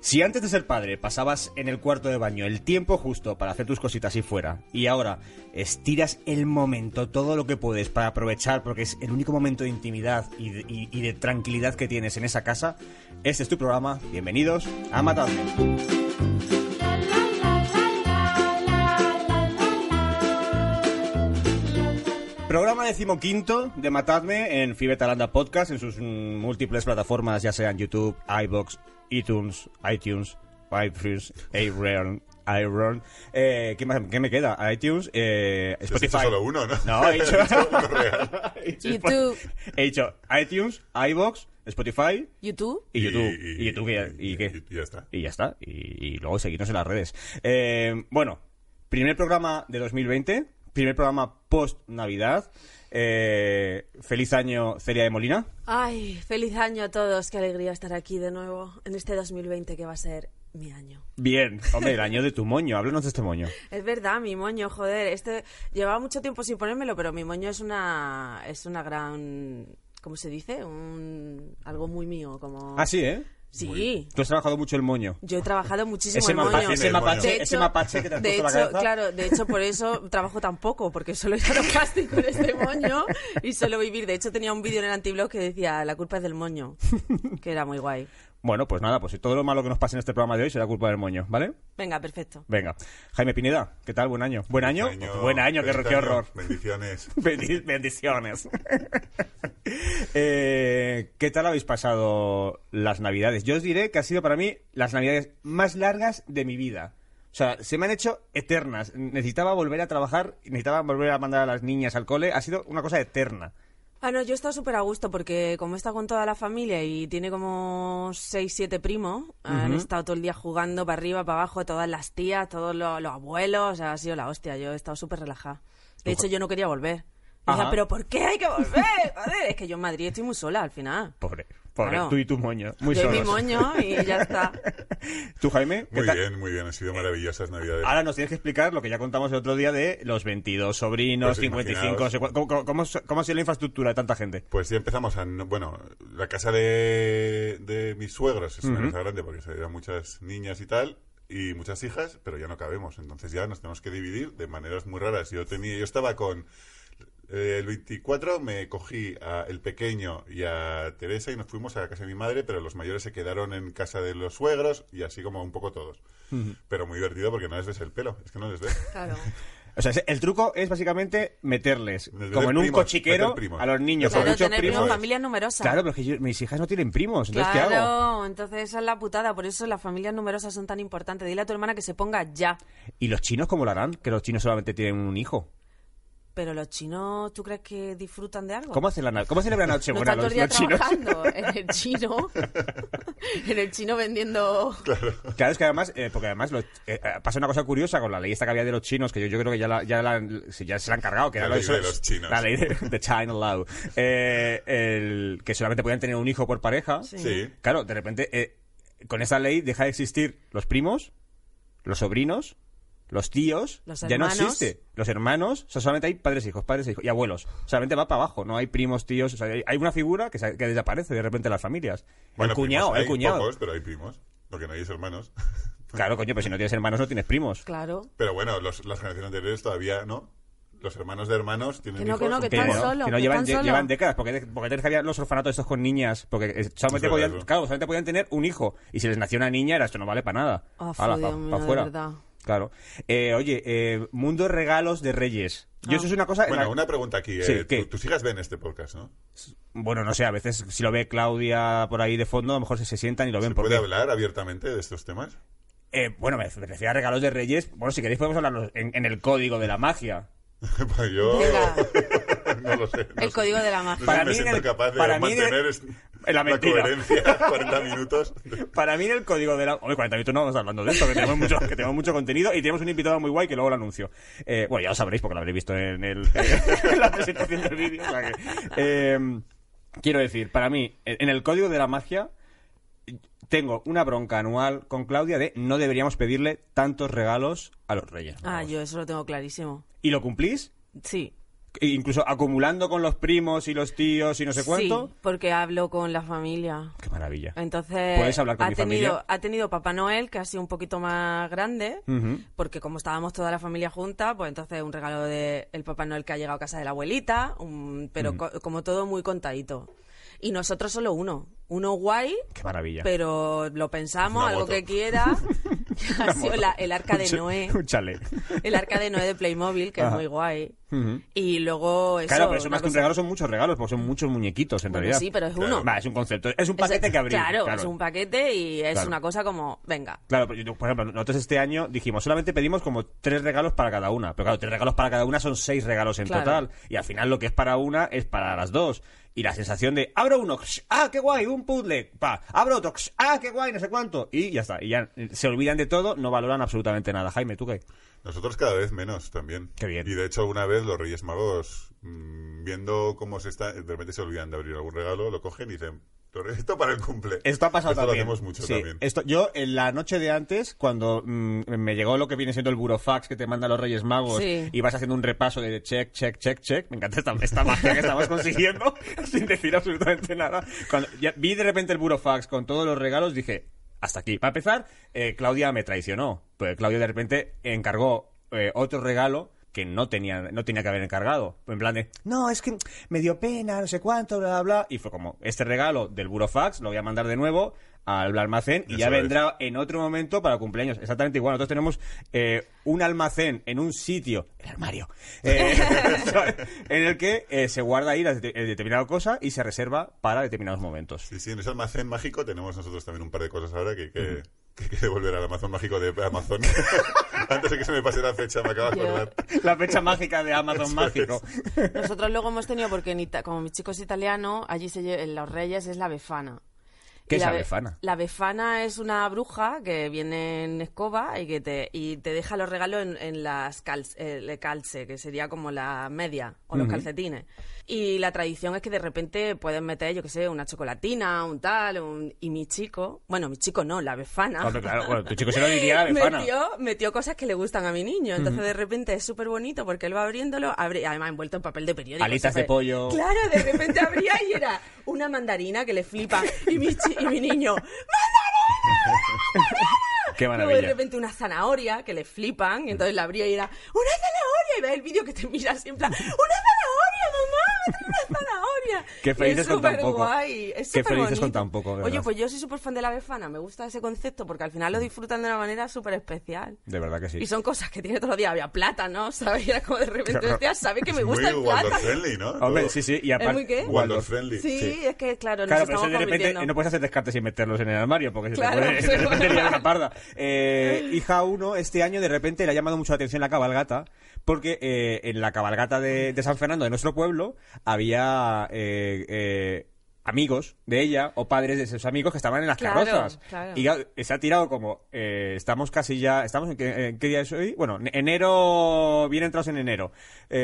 Si antes de ser padre pasabas en el cuarto de baño el tiempo justo para hacer tus cositas y fuera, y ahora estiras el momento todo lo que puedes para aprovechar, porque es el único momento de intimidad y de, y- y de tranquilidad que tienes en esa casa, este es tu programa. Bienvenidos a Matadme. Programa decimoquinto de Matadme en Fibetalanda Podcast, en sus mm, múltiples plataformas, ya sean YouTube, iBox, iTunes, iTunes, iFreeze, Iron, Iron. Eh, ¿qué, más- qué me queda? iTunes, eh, Te has Spotify. hecho solo uno, ¿no? No, he dicho, Uno real. he dicho- YouTube. he dicho iTunes, iBox, Spotify ¿YouTube? y YouTube. ¿Y, y- YouTube que ya- y, qué? y- y ya está. Y ya está. Y, y luego seguirnos en las redes. Eh, bueno, primer programa de 2020, primer programa post Navidad. Eh, feliz año, Celia de Molina. Ay, feliz año a todos. Qué alegría estar aquí de nuevo en este 2020 que va a ser mi año. Bien, hombre, el año de tu moño. Háblanos de este moño. Es verdad, mi moño, joder. Este llevaba mucho tiempo sin ponérmelo, pero mi moño es una es una gran ¿cómo se dice? Un algo muy mío, como Ah, sí, ¿eh? Sí. Tú has trabajado mucho el moño. Yo he trabajado muchísimo Ese el mapache, moño. ese mapache- De ese hecho- mapache que te has de puesto en la hecho, cabeza. Claro, de hecho, por eso trabajo tan poco, porque solo he estado casi con este moño y solo vivir. De hecho, tenía un vídeo en el antiblog que decía la culpa es del moño, que era muy guay. Bueno, pues nada, pues todo lo malo que nos pase en este programa de hoy será culpa del moño, ¿vale? Venga, perfecto. Venga. Jaime Pineda, ¿qué tal? Buen año. Buen año. Buen año, qué, feliz qué año, horror. Bendiciones. Bendi- Bendiciones. Eh, ¿Qué tal habéis pasado las navidades? Yo os diré que ha sido para mí las navidades más largas de mi vida. O sea, se me han hecho eternas. Necesitaba volver a trabajar, necesitaba volver a mandar a las niñas al cole. Ha sido una cosa eterna. Ah, no, yo he estado súper a gusto porque como he estado con toda la familia y tiene como seis, siete primos, han estado todo el día jugando para arriba, para abajo, todas las tías, todos lo- los, abuelos, o sea, ha sido la hostia, yo he estado súper relajada. De hecho, yo no quería volver. Y Ajá. Dije, pero ¿por qué hay que volver? Joder, es que yo en Madrid estoy muy sola al final. Pobre, pobre, Claro. tú y tu moño. Muy yo y mi solos. moño y ya está. ¿Tú, Jaime? ¿Qué Muy tal? bien, muy bien. Han sido maravillosas navidades. Ahora nos tienes que explicar lo que ya contamos el otro día de los 22 sobrinos, Pues 55... imaginaos. se- ¿cómo, cómo- cómo se- cómo ha sido la infraestructura de tanta gente? Pues ya empezamos a... no- bueno, la casa de, de mis suegros es una casa grande porque se llevan muchas niñas y tal, y muchas hijas, pero ya no cabemos. Entonces ya nos tenemos que dividir de maneras muy raras. Yo tenía, yo estaba con... eh, el 24 me cogí a el pequeño y a Teresa y nos fuimos a la casa de mi madre, pero los mayores se quedaron en casa de los suegros y así como un poco todos. Pero muy divertido porque no les ves el pelo, es que no les ves. Claro. O sea, el truco es básicamente meterles, Meter como en un primos, cochiquero, meter primos. a los niños Eso con es. muchos Claro, tener primos. primos, primos. familias numerosas. Claro, pero es que yo- mis hijas no tienen primos, entonces ¿qué hago? Claro, entonces esa es la putada, por eso las familias numerosas son tan importantes. Dile a tu hermana que se ponga ya. ¿Y los chinos cómo lo harán? Que los chinos solamente tienen un hijo. Pero los chinos, ¿tú crees que disfrutan de algo? ¿Cómo hacen la na- cómo celebran la no Nochebuena están todo los, el día los chinos? trabajando en el chino. en el chino vendiendo. Claro, es que además, eh, porque además los- eh, eh, pasa una cosa curiosa con la ley esta que había de los chinos, que yo, yo creo que ya, la- ya, la han- se- ya se la han cargado, que La era lo ley de los chinos. La ley de, de China Law. Eh, el- que solamente podían tener un hijo por pareja. Sí. Sí. Claro, de repente, eh, con esa ley deja de existir los primos, los sobrinos, los tíos, Los ya no hermanos. existe. Los hermanos, o sea, solamente hay padres, e hijos, padres, hijos y abuelos. Solamente va para abajo, no hay primos, tíos. O sea, hay- hay una figura que, se- que desaparece de repente en las familias. Bueno, el cuñado, primos, el hay cuñado. Pocos, pero hay primos, lo que no hay es hermanos. Claro, coño, pero si no tienes hermanos no tienes primos. Claro. Pero bueno, los, las generaciones anteriores todavía no. Los hermanos de hermanos tienen Que no, que hijos, no, que son están primos. no, solos, no que llevan, están lle- solos. llevan décadas, porque, de- porque antes había los orfanatos estos con niñas, porque eh, solamente Es verdad, podían, eso. claro, solamente podían tener un hijo, y si les nacía una niña era esto no vale para nada. Ah, Hala, Dios pa- mío, pa' de fuera. verdad. Claro. Eh, oye, eh, mundo regalos de reyes. Yo Ah. eso es una cosa... en la- Bueno, una pregunta aquí. eh, Sí, tú- ¿qué? tus hijas ven este podcast, ¿no? bueno, no sé, a veces si lo ve Claudia por ahí de fondo, a lo mejor se, se sientan y lo ven. ¿Se por puede hablar abiertamente de estos temas? bueno, me, me refiero a regalos de reyes. Bueno, si queréis podemos hablarlo en, en el código de la magia. Pues yo Venga. no lo sé. no El sé. código de la No sé magia. Para mí si me en siento el- capaz de para mí en el- mantener es- en la la mentira. coherencia 40 minutos. Para mí en el código de la... Oye, 40 minutos no vamos hablando de esto, que tenemos mucho, que tenemos mucho contenido y tenemos un invitado muy guay que luego lo anuncio. Eh, bueno, ya lo sabréis porque lo habréis visto en, el, en la presentación del vídeo. o sea que, eh, quiero decir, para mí, en el código de la magia tengo una bronca anual con Claudia de no deberíamos pedirle tantos regalos a los reyes. Ah, yo eso lo tengo clarísimo. ¿Y lo cumplís? e Sí. incluso acumulando con los primos y los tíos y no sé cuánto. Sí, Eh, porque hablo con la familia. Qué maravilla. Entonces, ¿Puedes hablar con ha, mi tenido, familia? ha tenido Papá Noel, que ha sido un poquito más grande, Ujú. porque como estábamos toda la familia junta, pues entonces un regalo del el Papá Noel que ha llegado a casa de la abuelita, un- pero co- como todo muy contadito. Y nosotros solo uno. Uno guay, Qué maravilla. pero lo pensamos, Una algo moto. que quiera. ha sido la- el arca Un de cha- Noé. Un chalet. El arca de Noé de Playmobil, que Ajá. es muy guay. Ujú. Y luego eso. Claro, pero eso una más que un cosa- regalo son muchos regalos, porque son muchos muñequitos en Bueno, realidad. sí, pero es uno. Va, es un concepto, es un Es- paquete que abrir. Claro, es un paquete y es Claro. una cosa como, venga. Claro, pero yo- por ejemplo, nosotros este año dijimos, solamente pedimos como tres regalos para cada una. Pero claro, tres regalos para cada una son seis regalos en Claro. total. Y al final lo que es para una es para las dos. Y la sensación de, abro uno, ¡ksh! ah, qué guay, un puzzle, pa, abro otro, ¡ksh! ah, qué guay, no sé cuánto. Y ya está, y ya eh, se olvidan de todo, no valoran absolutamente nada. Jaime, ¿tú qué? Nosotros cada vez menos también. Qué bien. Y de hecho, una vez los Reyes Magos, mm, viendo cómo se está, de repente se olvidan de abrir algún regalo, lo cogen y dicen, "Lo re- esto para el cumple. Esto ha pasado Esto también. lo hacemos mucho Sí, también. Esto, yo, en la noche de antes, cuando mm, me llegó lo que viene siendo el burofax que te manda los Reyes Magos Sí. y vas haciendo un repaso de check, check, check, check, me encanta esta, esta magia que estamos consiguiendo sin decir absolutamente nada. Cuando ya vi de repente el burofax con todos los regalos, dije, hasta aquí. Para empezar, eh, Claudia me traicionó. Pues Claudia de repente encargó eh, otro regalo que no tenía, no tenía que haber encargado. En plan de, no, es que me dio pena, no sé cuánto, bla, bla, bla. Y fue como, este regalo del Burofax lo voy a mandar de nuevo al almacén y Eso ya es. vendrá en otro momento para cumpleaños. Exactamente igual. Nosotros tenemos eh, un almacén en un sitio, el armario, eh, ¿sabes? en el que eh, se guarda ahí la de- eh, determinada cosa y se reserva para determinados momentos. Sí, sí, en ese almacén mágico tenemos nosotros también un par de cosas ahora que hay Mm. que, que hay que devolver al Amazon mágico de Amazon. Antes de que se me pase la fecha, me acabo de Ya. acordar. La fecha mágica de Amazon Eso Mágico. Nosotros luego hemos tenido, porque en Ita- como mi chico es italiano, allí se lle- en los Reyes es la befana. ¿Qué Y es la be- befana? La befana es una bruja que viene en escoba y que te, y te deja los regalos en, en las calce, el calce, que sería como la media o los calcetines. Y la tradición es que de repente pueden meter, yo qué sé, una chocolatina, un tal, un- y mi chico, bueno, mi chico no, la befana. Ah. Hombre, claro, bueno, tu chico se lo diría la befana. metió, metió cosas que le gustan a mi niño. Entonces, de repente es súper bonito porque él va abriéndolo, abre, además envuelto en papel de periódico. Alitas súper- de pollo. Claro, de repente abría y era una mandarina que le flipa. Y mi, chi- y mi niño, Qué luego de maravilla. repente una zanahoria que le flipan. Y entonces la abría y era, ¡una zanahoria! Y ve el vídeo que te mira así en plan, ¡una zanahoria, mamá! ¡Me trae una zanahoria! Qué Y es felices con tan superguay, poco. es Qué felices superbonito. con tan poco, de Oye, verdad. pues yo soy súper fan de la befana. Me gusta ese concepto porque al final lo disfrutan de una manera súper especial. De verdad que sí. Y son cosas que tiene todos los días. Había plátano, ¿sabes? Y era como de repente, Claro. hostia, ¿sabes que me Muy gusta el Waldorf plátano? friendly, ¿no? Hombre, Todo. sí, sí. Y ¿Es aparte, muy qué? Waldorf friendly. Sí, es que, claro, nos Claro, pero estamos eso de repente convirtiendo. no puedes hacer descartes sin meterlos en el armario, porque Claro, se te puede, sí. de repente liar una parda. Eh, hija 1, este año de repente le ha llamado mucho la atención la cabalgata, porque eh, en la cabalgata de, de San Fernando, de nuestro pueblo, había eh, eh, amigos de ella o padres de sus amigos que estaban en las Claro, carrozas. claro. Y claro, se ha tirado como, eh, estamos casi ya, ¿estamos en qué, en qué día es hoy? Bueno, en- enero, bien entrados en enero.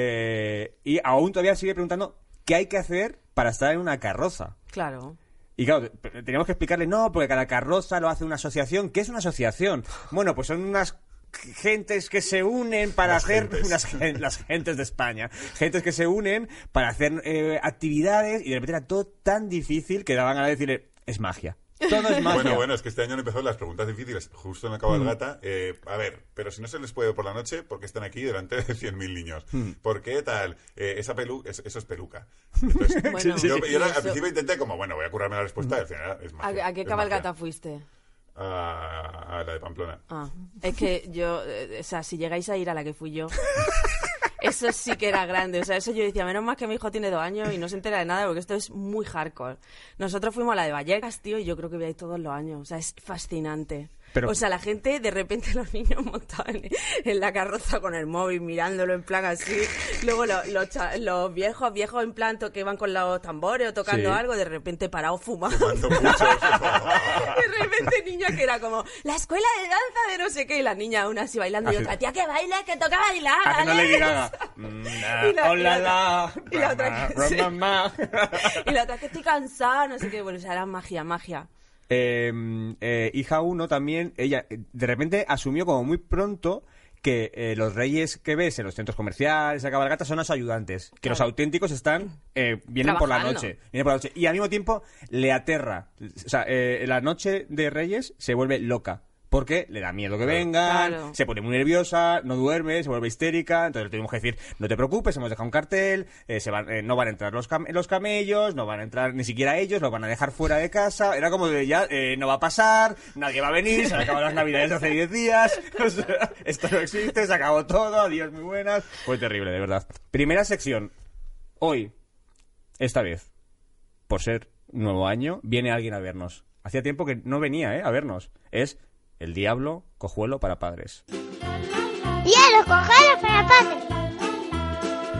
Eh, y aún todavía sigue preguntando, ¿qué hay que hacer para estar en una carroza? Claro. Y claro, te- teníamos que explicarle, no, porque cada carroza lo hace una asociación. ¿Qué es una asociación? Bueno, pues son unas gentes que se unen para Las hacer gentes. unas gen- las gentes de España, gentes que se unen para hacer eh, actividades y de repente era todo tan difícil que daban ganas de decirle, es magia. Todo es magia. Bueno, bueno, es que este año han empezado las preguntas difíciles justo en la Mm. cabalgata. Eh, a ver, pero si no se les puede por la noche, ¿por qué están aquí delante de 100.000 niños? ¿Por qué tal? Eh, esa pelu es- eso es peluca. Entonces, Bueno, yo, sí, yo sí. era- al Eso- principio intenté como, bueno, voy a curarme la respuesta, al final es ¿A, magia, a qué es cabalgata magia. fuiste? A, a la de Pamplona. Ah, es que yo, eh, o sea, si llegáis a ir a la que fui yo, eso sí que era grande. O sea, eso yo decía, menos mal que mi hijo tiene dos años y no se entera de nada porque esto es muy hardcore. Nosotros fuimos a la de Vallecas, tío, y yo creo que veáis todos los años. O sea, es fascinante. Pero- o sea, la gente, de repente los niños montaban en, en la carroza con el móvil, mirándolo en plan así. Luego lo- los, cha- los viejos, viejos en plan to- que van con los tambores o tocando Sí. algo, de repente parados fumando. Cuando muchos- "Ah". De repente niña que era como la escuela de danza de no sé qué y la niña aún así bailando y Así. otra tía que baila que toca bailar Haciendo ¿vale?". Lady Gaga. Mm, ah, Y la- Hola, y la. la- y la otra que- sí. mamá. y la otra que estoy cansada no sé qué bueno o sea, era magia magia Em, Eh, eh, hija 1 también, ella eh, de repente asumió como muy pronto que eh, los reyes que ves en los centros comerciales, la cabalgata, son los ayudantes. Que los auténticos están, eh, vienen por la Trabajando. noche. Vienen por la noche. Y al mismo tiempo le aterra. O sea, eh, la noche de reyes se vuelve loca. Porque le da miedo que vengan, Claro. se pone muy nerviosa, no duerme, se vuelve histérica. Entonces le tuvimos que decir, no te preocupes, hemos dejado un cartel, eh, se van, eh, no van a entrar los, cam- los camellos, no van a entrar ni siquiera ellos, los van a dejar fuera de casa. Era como de ya, eh, no va a pasar, nadie va a venir, se han acabado las navidades de hace 10 días, o sea, esto no existe, se acabó todo, adiós, muy buenas. Fue terrible, de verdad. Primera sección, hoy, esta vez, por ser nuevo año, viene alguien a vernos. Hacía tiempo que no venía, ¿eh? A vernos. Es el diablo cojuelo para padres. Diablo, cojuelo para padres.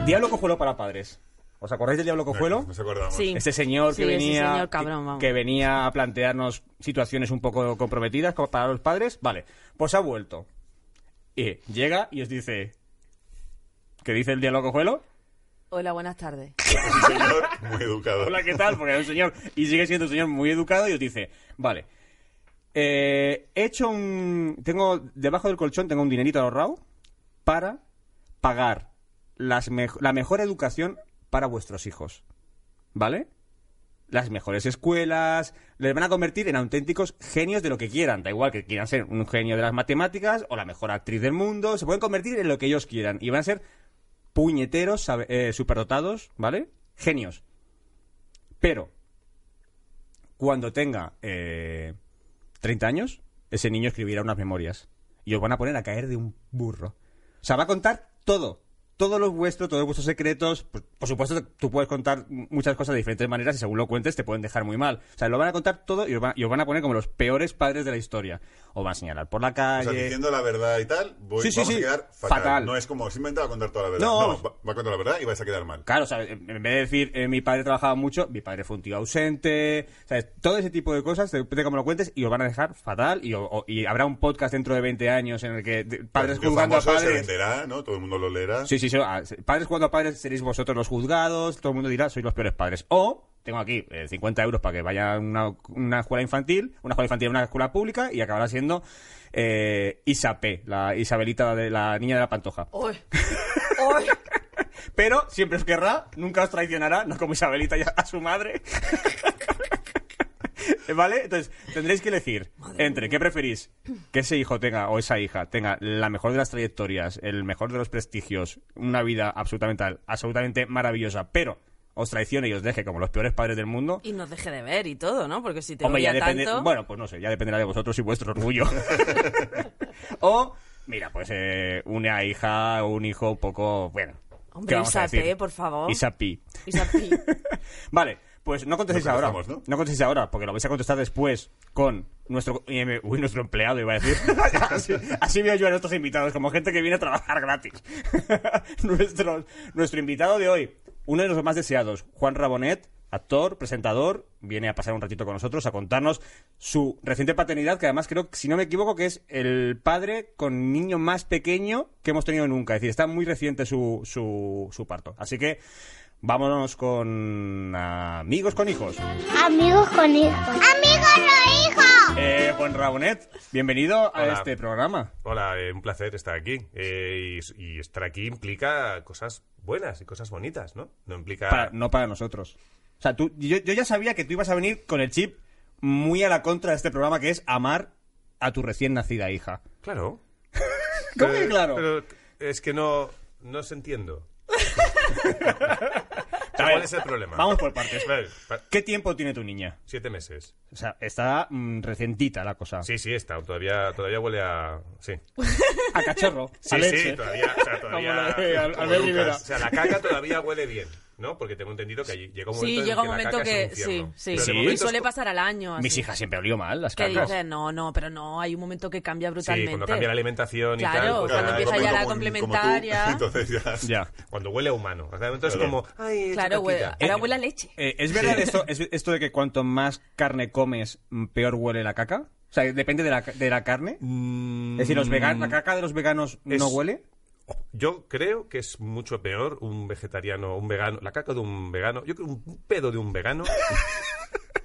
Diablo cojuelo para padres. ¿Os acordáis del diablo cojuelo? Nos acordamos. Sí. Este señor Sí, que ese venía señor cabrón, vamos. que venía a plantearnos situaciones un poco comprometidas como para los padres, vale, pues ha vuelto. Y llega y os dice ¿Qué dice el diablo cojuelo? Hola, buenas tardes. Un señor muy educado. Hola, ¿qué tal? Porque es un señor, y sigue siendo un señor muy educado y os dice, vale, eh, he hecho un... Tengo, debajo del colchón tengo un dinerito ahorrado para pagar las mej- la mejor educación para vuestros hijos, ¿vale? Las mejores escuelas, les van a convertir en auténticos genios de lo que quieran, da igual que quieran ser un genio de las matemáticas o la mejor actriz del mundo, se pueden convertir en lo que ellos quieran y van a ser puñeteros, sabe- eh, superdotados, ¿vale? Genios. Pero cuando tenga eh, 30 años, ese niño escribirá unas memorias. Y os van a poner a caer de un burro. O sea, va a contar todo. Todos los vuestros, todos vuestros secretos. Por, por supuesto, tú puedes contar muchas cosas de diferentes maneras y según lo cuentes te pueden dejar muy mal. O sea, lo van a contar todo y os van, y os van a poner como los peores padres de la historia. Os van a señalar por la O sea, calle. diciendo la verdad y tal, voy, Sí, sí, vamos sí. a quedar fatal. Fatal. No es como simplemente va a contar toda la verdad. No, No, vamos. va, va a contar la verdad y vais a quedar mal. Claro, o sea, en en vez de decir eh, mi padre trabajaba mucho, mi padre fue un tío ausente, ¿sabes? todo ese tipo de cosas, depende de cómo lo cuentes, y os van a dejar fatal. Y, o- o- y habrá un podcast dentro de 20 años en el que de- padres Tío juzgando a famoso se padres. venderá, ¿no? Todo el mundo lo leerá. Sí, sí, sí, a- se- padres jugando a padres seréis vosotros los juzgados, todo el mundo dirá, sois los peores padres. O tengo aquí eh, 50 euros para que vaya a una, una escuela infantil, una escuela infantil a una escuela pública y acabará siendo eh, Isapé, la Isabelita de la niña de la pantoja. Uy. Uy. Pero siempre os querrá, nunca os traicionará, no como Isabelita y a- a su madre. ¿Vale? Entonces, tendréis que elegir entre qué preferís que ese hijo tenga o esa hija tenga la mejor de las trayectorias, el mejor de los prestigios, una vida absolutamente, absolutamente maravillosa, pero os traicione y os deje como los peores padres del mundo. Y nos deje de ver y todo, ¿no? Porque si te Hombre, ya odia depende. tanto... Bueno, pues no sé, ya dependerá de vosotros y vuestro orgullo. o, mira, pues eh, una hija o un hijo un poco. Bueno. Hombre, ¿qué vamos a Isapé, decir? por favor. Isapí. Y Sapi. Vale, pues no contestéis No ahora. contestamos, ¿no? contestéis ahora, porque lo vais a contestar después con nuestro. IM Uy, nuestro empleado, iba a decir. así, así veo yo a nuestros invitados, como gente que viene a trabajar gratis. nuestro, nuestro invitado de hoy, uno de los más deseados, Juan Rabonet. Actor, presentador, viene a pasar un ratito con nosotros a contarnos su reciente paternidad, que además creo, si no me equivoco, que es el padre con niño más pequeño que hemos tenido nunca. Es decir, está muy reciente su, su, su parto. Así que Vámonos con amigos con hijos. Amigos con hijos. Amigos no hijos. Eh, Juan Rabonet, bienvenido a Hola. este programa. Hola, eh, un placer estar aquí. Eh, y, y estar aquí implica cosas buenas y cosas bonitas, ¿no? No implica... Para- no para nosotros. O sea, tú, yo, yo ya sabía que tú ibas a venir con el chip muy a la contra de este programa, que es amar a tu recién nacida hija. Claro. ¿Cómo Pero- que claro? Eh, Pero es que no, no se entiendo. A ver, ¿Cuál es el problema? Vamos por partes. Vale, pa- ¿Qué tiempo tiene tu niña? Siete meses. O sea, está mm, recientita la cosa. Sí, sí, está. Todavía, todavía huele a... Sí. A cachorro. Sí, a leche. sí, todavía... o sea, todavía- Como la de Al- como Albert Lucas. Rivera. O sea, la caca todavía huele bien, ¿no? Porque tengo entendido que allí llega un momento Sí, en llega un que la momento caca que... es un Sí, infierno. sí. Pero de Sí. momento Y es suele pasar al año. así. Mis hijas siempre olió mal, las Que cacas. dices, no, no, pero no, hay un momento que cambia Sí, brutalmente. cuando cambia la alimentación y Claro, tal. cuando pues ya- empieza comen ya la como un- como tú, complementaria. entonces ya. Ya. Cuando huele a humano. O sea, entonces Claro. como, ay, Claro, güey, chacaquita. ahora huele a leche. Eh, ¿Es verdad esto, es- esto de que cuanto más carne comes, mm, peor huele la caca? O sea, depende de la, ca- de la carne. Es decir, los vegan- ¿la caca de los veganos Mm. Es- no huele? Yo creo que es mucho peor un vegetariano, un vegano, la caca de un vegano, yo creo un pedo de un vegano.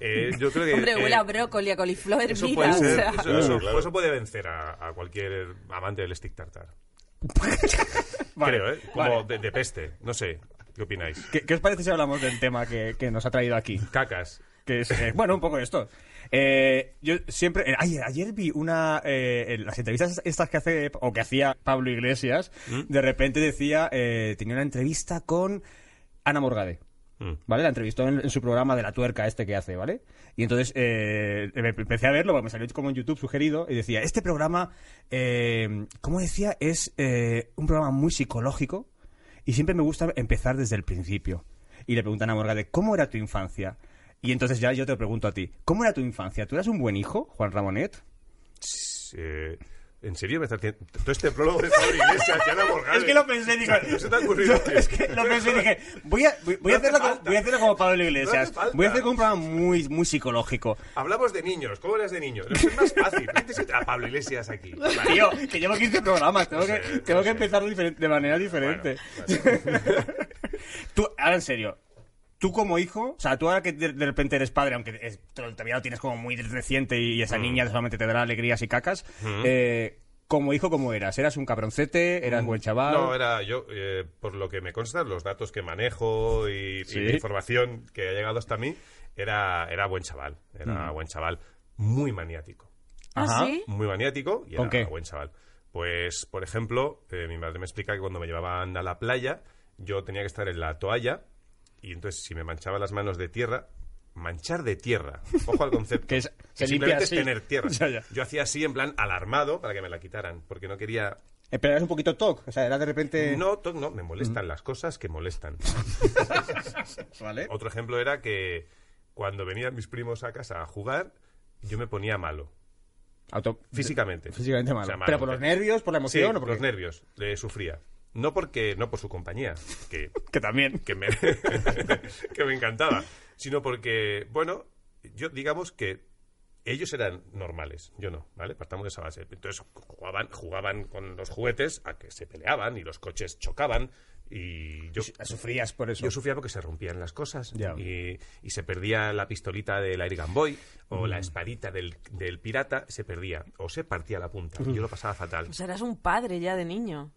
Eh, yo creo que Hombre, eh, huele a brócoli, a coliflor, eso mira. puede o ser, sea. eso, Claro, eso- claro. eso puede vencer a, a cualquier amante del stick tartar. Vale, creo, ¿eh? Como vale. de, de peste, no sé. ¿Qué opináis? ¿Qué, qué os parece si hablamos del tema que, que nos ha traído aquí? Cacas. Que es, eh, bueno, un poco esto. Eh, yo siempre. eh, ay, ayer vi una. eh, en las entrevistas estas que hace. O que hacía Pablo Iglesias. De repente decía. eh, tenía una entrevista con. Ana Morgade. Mm. ¿Vale? La entrevistó en, en su programa de la tuerca este que hace, ¿vale? Y entonces eh, em- empecé a verlo porque me salió como en YouTube sugerido y decía, este programa, eh, como decía, es eh, un programa muy psicológico y siempre me gusta empezar desde el principio. Y le preguntan a Morgade, ¿cómo era tu infancia? Y entonces ya yo te pregunto a ti, ¿cómo era tu infancia? ¿Tú eras un buen hijo, Juan Ramonet? Eh, ¿En serio? Me está haciendo- Todo este prólogo de Pablo Iglesias, ya la Morgade. pensé, digo... ¿No se te ha ocurrido? Es que lo pensé y dije, voy a, voy, voy a No hace hacerlo como, falta. voy a hacerlo como Pablo No Iglesias. hace falta. voy a hacer como un programa muy, muy psicológico. Hablamos de niños. ¿Cómo eras de niño? No, eso es más fácil. Métese a Pablo Iglesias aquí. Vale. Tío, que llevo 15 programas, tengo que, sé, tengo no que sé. empezarlo diferente- de manera diferente. tú, ahora en serio, tú como hijo, o sea, tú ahora que de, de repente eres padre, aunque es- todavía lo tienes como muy reciente y, Mm. esa niña solamente te dará alegrías y cacas, eh, como hijo, ¿cómo eras? ¿Eras un cabroncete? ¿Eras buen chaval? Mm. No, era yo, eh, por lo que me constan, los datos que manejo y, y Sí. la información que ha llegado hasta mí, era, era buen chaval. Era Mm. buen chaval. Muy maniático. Ajá. ¿Ah, sí? muy maniático y ¿Con era qué? buen chaval. Pues, por ejemplo, eh, mi madre me explica que cuando me llevaban a la playa, yo tenía que estar en la toalla y entonces si me manchaba las manos de tierra, manchar de tierra, ojo al concepto, Que es- se limpia simplemente es así. tener tierra. Ya, ya. Yo hacía así en plan alarmado para que me la quitaran, porque no quería... Eh, Pero eras un poquito toc, o sea, era de repente... No, to- no, me Mm. molestan las cosas que molestan. ¿Vale? Otro ejemplo era que cuando venían mis primos a casa a jugar, yo me ponía malo. Auto- Físicamente. Físicamente O malo. sea, ¿Pero por los nervios, por la Sí, emoción o por los qué? nervios. Le sufría. No porque, no por su compañía, que, Que también. que, me, que me encantaba, sino porque, bueno, yo digamos que ellos eran normales, yo no, ¿vale? Partamos de esa base. Entonces jugaban, jugaban con los juguetes a que se peleaban y los coches chocaban y yo... Sufrías por eso. Yo sufría porque se rompían las cosas Ya. y, y se perdía la pistolita del Air Gun Boy o Mm. la espadita del, del pirata, se perdía o se partía la punta. Mm. Yo lo pasaba fatal. O sea, pues eras un padre ya de niño,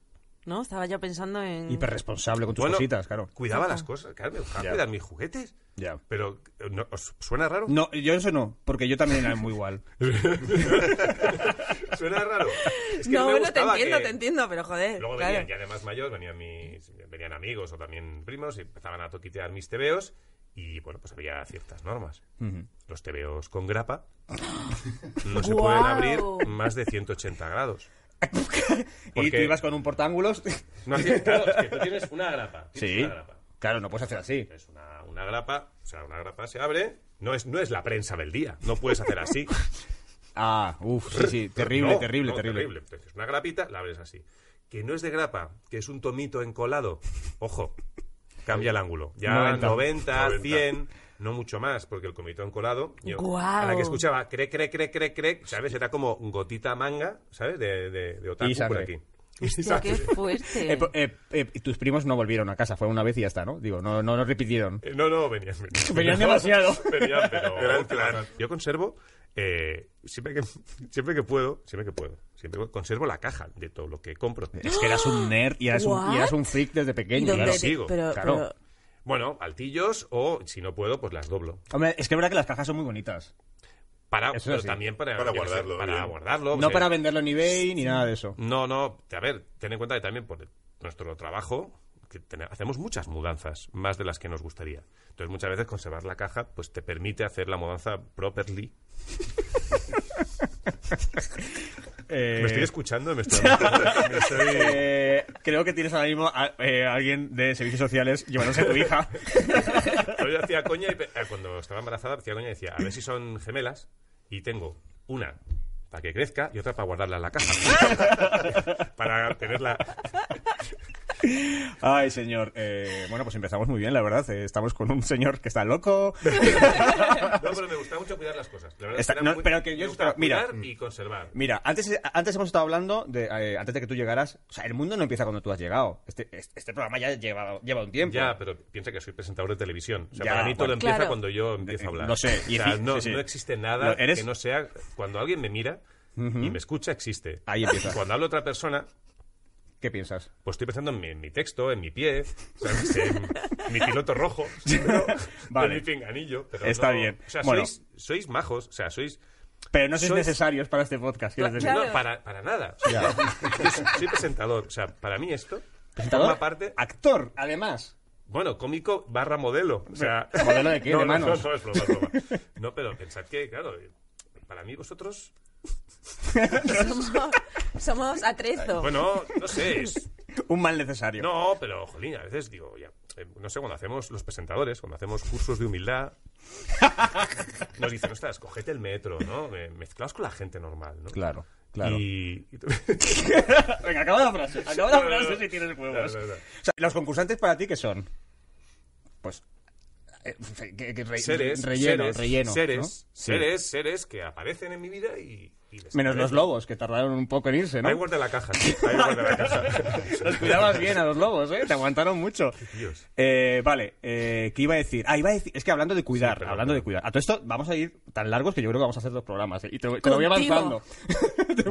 ¿no? Estaba ya pensando en... Hiperresponsable con tus Bueno, cositas, claro. Cuidaba las cosas, claro, me dejaba Ya. cuidar mis juguetes. Ya. Pero, eh, no, ¿os suena raro? No, yo eso no, porque yo también era muy igual. Suena raro. Es que no, me bueno, te gustaba entiendo, que- te entiendo, pero joder, Luego claro. venían ya de más mayor, venían, mis, venían amigos o también primos y empezaban a toquitear mis tebeos y, bueno, pues había ciertas normas. Los tebeos con grapa no se pueden Guau. abrir más de 180 grados. Y tú Porque- ibas con un portángulos. No, hacía- claro, es que tú tienes una grapa. tienes sí. una grapa. Claro, no puedes hacer así. Es una, una grapa, o sea, una grapa se abre. No es, no es la prensa del día, no puedes hacer así. Ah, uff, sí, sí, terrible, No, terrible, no, terrible, Entonces, una grapita la abres así. Que no es de grapa, que es un tomito encolado. Ojo, cambia el ángulo. Ya 90. 90, 90. 100, no mucho más, porque el comito encolado. Yo, Guau. A la que escuchaba, crec, crec, crec, crec, crec, ¿sabes? Era como gotita manga, ¿sabes? De, de, de otaku Y sangre. por aquí. Hostia, qué Eh, fuerte. po- eh, eh, y tus primos no volvieron a casa, fue una vez y ya está, ¿no? Digo, no, no, no repitieron. Eh, No, no, venían. Venían, Venían demasiado. Venían, pero. Era el plan. Yo conservo, eh, siempre, que, siempre que puedo, siempre que puedo, siempre conservo la caja de todo lo que compro. Es que eras un nerd y eras, un, y eras un freak desde ¿Y pequeño. dónde claro, te- sigo, pero, claro. pero- Bueno, altillos o, si no puedo, pues las doblo. Hombre, es que es verdad que las cajas son muy bonitas. Para, Eso pero sí. también para, Para yo qué sé, guardarlo, para bien. guardarlo. No pues, para eh, venderlo en eBay ni nada de eso. No, no. A ver, ten en cuenta que también por nuestro trabajo que ten- hacemos muchas mudanzas, más de las que nos gustaría. Entonces, muchas veces conservar la caja pues te permite hacer la mudanza properly. Eh, Me estoy escuchando, me estoy... me estoy- eh, creo que tienes ahora mismo a eh, alguien de servicios sociales llevándose a tu hija. Pero yo hacía coña y pe- eh, cuando estaba embarazada hacía coña y decía, a ver si son gemelas y tengo una para que crezca y otra para guardarla en la caja. para tenerla... Ay, señor. Eh, bueno, pues empezamos muy bien, la verdad. Eh, estamos con un señor que está loco. No, pero me gustaba mucho cuidar las cosas. La verdad Está- que era no, muy- pero que yo- me gustaba pero mira. cuidar y conservar. Mira, antes, antes hemos estado hablando de. eh, antes de que tú llegaras. O sea, el mundo no empieza cuando tú has llegado. Este, este, este programa ya lleva, lleva un tiempo. Ya, pero piensa que soy presentador de televisión. O sea, Mm. Ya, para mí todo bueno. empieza Claro. cuando yo empiezo a hablar. Lo sé, y O sea, sí, no, sí, sí. no existe nada Lo- eres- que no sea... Cuando alguien me mira y me escucha, existe. Ahí empieza. Y cuando habla otra persona, ¿Qué piensas? Pues estoy pensando en mi, en mi texto, en mi pie, ¿sabes? en mi piloto rojo, Vale. en mi pinganillo. pero Está no- bien. O sea, Bueno. sois, sois majos, o sea, sois... Pero no sois Sois- necesarios para este podcast, quieres decir. Claro. No, para, para nada. O sea, yo soy- soy presentador. O sea, para mí esto forma parte... Actor, además. Bueno, cómico barra modelo. O sea, ¿Modelo de qué? No, ¿De no, manos? No, no, es broma, es broma. No, pero pensad que, claro, eh, para mí vosotros... Somos, somos atrezo. Bueno, no sé, es- Un mal necesario. No, pero, jolín, a veces digo, ya, eh, no sé, cuando hacemos los presentadores, cuando hacemos cursos de humildad, nos dicen, ostras, cogete el metro, ¿no? Me- mezclaos con la gente normal, ¿no? Claro, claro. Y... y tú- Venga, acaba la frase. Acaba la No, no, frase no. si tienes huevos. No, no, no. O sea, los concursantes para ti, ¿qué son? Pues. eh, fe- que- que re- seres, relleno, seres, relleno. seres, ¿no? seres, Eh, seres que aparecen en mi vida y... y Sí. les Menos los aparecen. lobos, que tardaron un poco en irse, ¿no? Ahí guarda la caja, sí, ahí guarda la caja. Los cuidabas bien a los lobos, ¿eh? Te aguantaron mucho. Dios. Eh, vale, eh, ¿qué iba a decir? Ah, iba a decir. Es que hablando de cuidar, Sí, perdón, hablando de perdón. cuidar. A todo esto vamos a ir tan largos que yo creo que vamos a hacer dos programas. ¿eh? Y te, te lo voy Contigo. avanzando.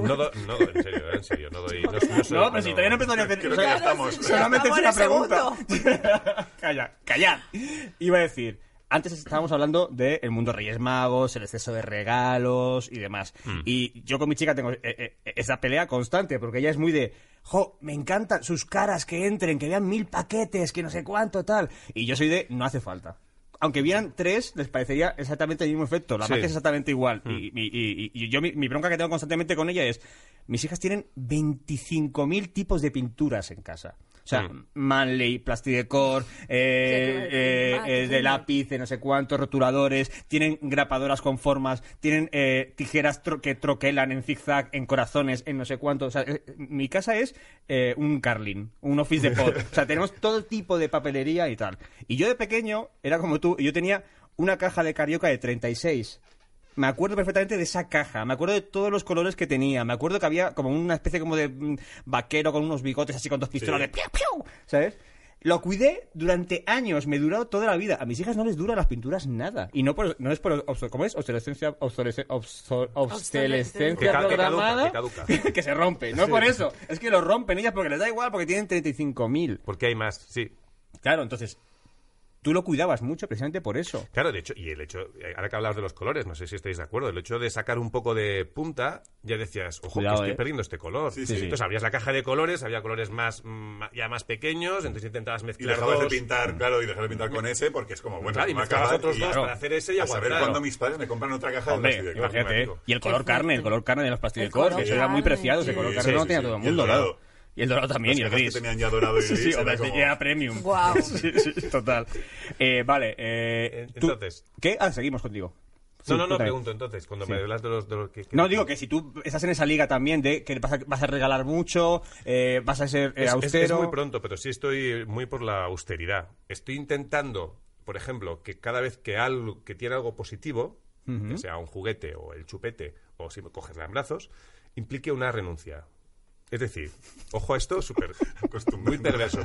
No, do- no, en serio, eh, en serio, no doy... No, soy- No, pero si todavía no he empezado ni a hacer. Creo que ya estamos. Solamente es una Estamos en pregunta. calla, calla. Iba a decir, antes estábamos hablando del mundo Reyes Magos, el exceso de regalos y demás. Mm. Y yo con mi chica tengo eh, eh, esa pelea constante, porque ella es muy de, jo, me encantan sus caras que entren, que vean mil paquetes, que no sé cuánto, tal. Y yo soy de, no hace falta. Aunque vieran tres, les parecería exactamente el mismo efecto. La Sí. marca es exactamente igual. Y, y- y- y yo mi, mi bronca que tengo constantemente con ella es, mis hijas tienen 25.000 tipos de pinturas en casa. O sea, Mm. Manley, Plastidecor, eh, Sí, que- eh, ah, eh, qué de bueno. lápiz, de no sé cuántos, rotuladores, tienen grapadoras con formas, tienen eh, tijeras tro- que troquelan en zigzag, en corazones, en no sé cuántos. O sea, eh, mi casa es eh, un Carlin, un office de pod. o sea, tenemos todo tipo de papelería y tal. Y yo de pequeño era como tú, y yo tenía una caja de carioca de 36. Me acuerdo perfectamente de esa caja, me acuerdo de todos los colores que tenía, me acuerdo que había como una especie como de mm, vaquero con unos bigotes así con dos pistolas de piu, piu, ¿sabes? Lo cuidé durante años, me duró toda la vida. A mis hijas no les duran las pinturas nada. Y no, por- no es por... obso- ¿Cómo es? Obsolescencia, obsolesce- obso- obsolescencia Que ca- que caduca, programada. que caduca. que se rompe. No por eso. Es que lo rompen ellas porque les da igual, porque tienen 35.000. Porque hay más, sí. Claro, entonces... Tú lo cuidabas mucho precisamente por eso. Claro, de hecho, y el hecho, eh, ahora que hablabas de los colores, no sé si estáis de acuerdo, el hecho de sacar un poco de punta, ya decías, ojo, Cuidado, que estoy eh. perdiendo este color. Sí, sí. Entonces abrías la caja de colores, había colores más mm, ya más pequeños, entonces intentabas Y mezclar dejabas dos. de pintar, claro, y dejar de pintar con ese porque es como, bueno, Claro, y me va a mezclabas acabar otros y- dos claro. para hacer ese y A saber aguantar. cuándo mis padres me compran otra caja Hombre, de plástico. imagínate. imagínate. Y el color fuerte. carne, el color carne de los El plastidecor, color que eso era muy carne, preciado, ese sí. color Sí, carne sí, no lo sí, tenía sí. todo el Y el mundo. dorado. claro. Y el dorado también, Las y el cajas que gris. tenían ya dorado y Sí, gris, sí, era hombre, como- ya premium. Guau. Sí, sí, total. Eh, vale, eh, tú- Entonces. ¿Qué? Ah, seguimos contigo. Sí, No, no, no, cuéntame. pregunto entonces, cuando me hablas de los... de los que, No, digo que si tú estás en esa liga también de que vas a, vas a regalar mucho, eh, vas a ser eh, Es- es- austero... Es, muy pronto, pero sí estoy muy por la austeridad. Estoy intentando, por ejemplo, que cada vez que algo que tiene algo positivo, que sea un juguete o el chupete o si me coges en brazos, implique una renuncia. Es decir, ojo a esto, súper muy Acostumbrando. perverso.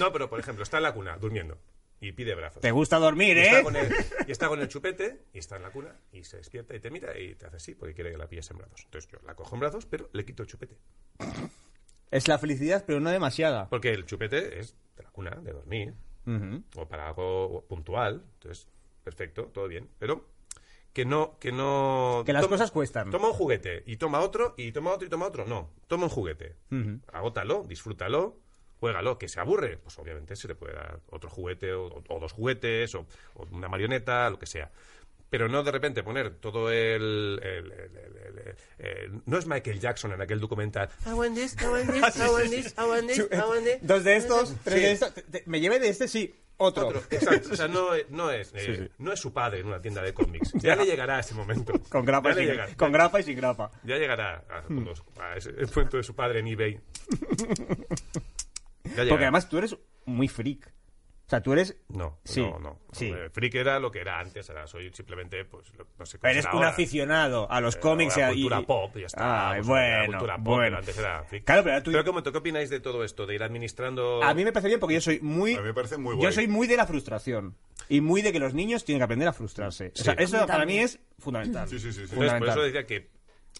No, pero por ejemplo, está en la cuna durmiendo y pide brazos. Te gusta dormir, Y está, ¿eh? con el, y está con el chupete y está en la cuna y se despierta y te mira y te hace así porque quiere que la pilles en brazos. Entonces yo la cojo en brazos, pero le quito el chupete. Es la felicidad, pero no demasiada. Porque el chupete es de la cuna, de dormir, Ujú. o para algo puntual. Entonces, perfecto, todo bien. Pero que no... Que, no, Que las cosas cuestan. Toma un juguete y toma otro y toma otro y toma otro. No, toma un juguete. Agótalo, disfrútalo, juégalo. Que se aburre, pues obviamente se le puede dar otro juguete o, o dos juguetes o, o una marioneta, lo que sea. Pero no de repente poner todo el... el- el- el- el- el- el- no es Michael Jackson en aquel documental. I want this, I want this, I want this, I want this, I want this. Dos de estos, tres Sí. de estos... te- te- me llevé de este, sí, otro. Otro. Exacto. O sea, no, es- no es, eh, no es su padre en una tienda de cómics. Ya le llegará ese momento. Con grapa, ya y le sin, llegará. con Hmm. grapa y sin grapa. Ya llegará a, cuando- a ese el momento de su padre en eBay. Ya llegará. Porque además tú eres muy freak. O sea, tú eres. No, Sí, no, no. sí. Eh, Freak era lo que era antes. Ahora soy simplemente, pues, lo- no sé cómo Eres será un ahora. aficionado a los Eh, cómics y ahora a. cultura y- pop, ya está. Ay, Pues, bueno. la cultura pop, bueno. pero antes era freak. Claro, pero tú- ¿cómo- ¿qué opináis de todo esto? De ir administrando... A mí me parece bien porque yo soy muy. A mí me parece muy Yo guay. soy muy de la frustración. Y muy de que los niños tienen que aprender a frustrarse. O sea, Sí. eso para mí es fundamental. Sí, sí, sí, sí. Entonces, por Fundamental. eso decía que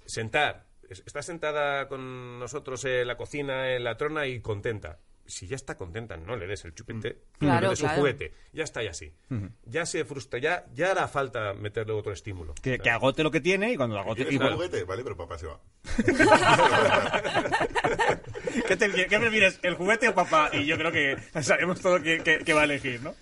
sentar, es- está sentada con nosotros en la cocina, en la trona y contenta. Si ya está contenta, no le des el Mm. chupete, Claro, no le des claro. un juguete. Ya está, ya sí. Ya se frustra, ya, ya hará falta meterle otro estímulo. Que, que agote lo que tiene y cuando agote. ¿Quieres y un bueno, juguete? Vale, pero papá se va. ¿Qué, te- qué prefieres, el juguete o papá? Y yo creo que sabemos todo que, que- que va a elegir, ¿no?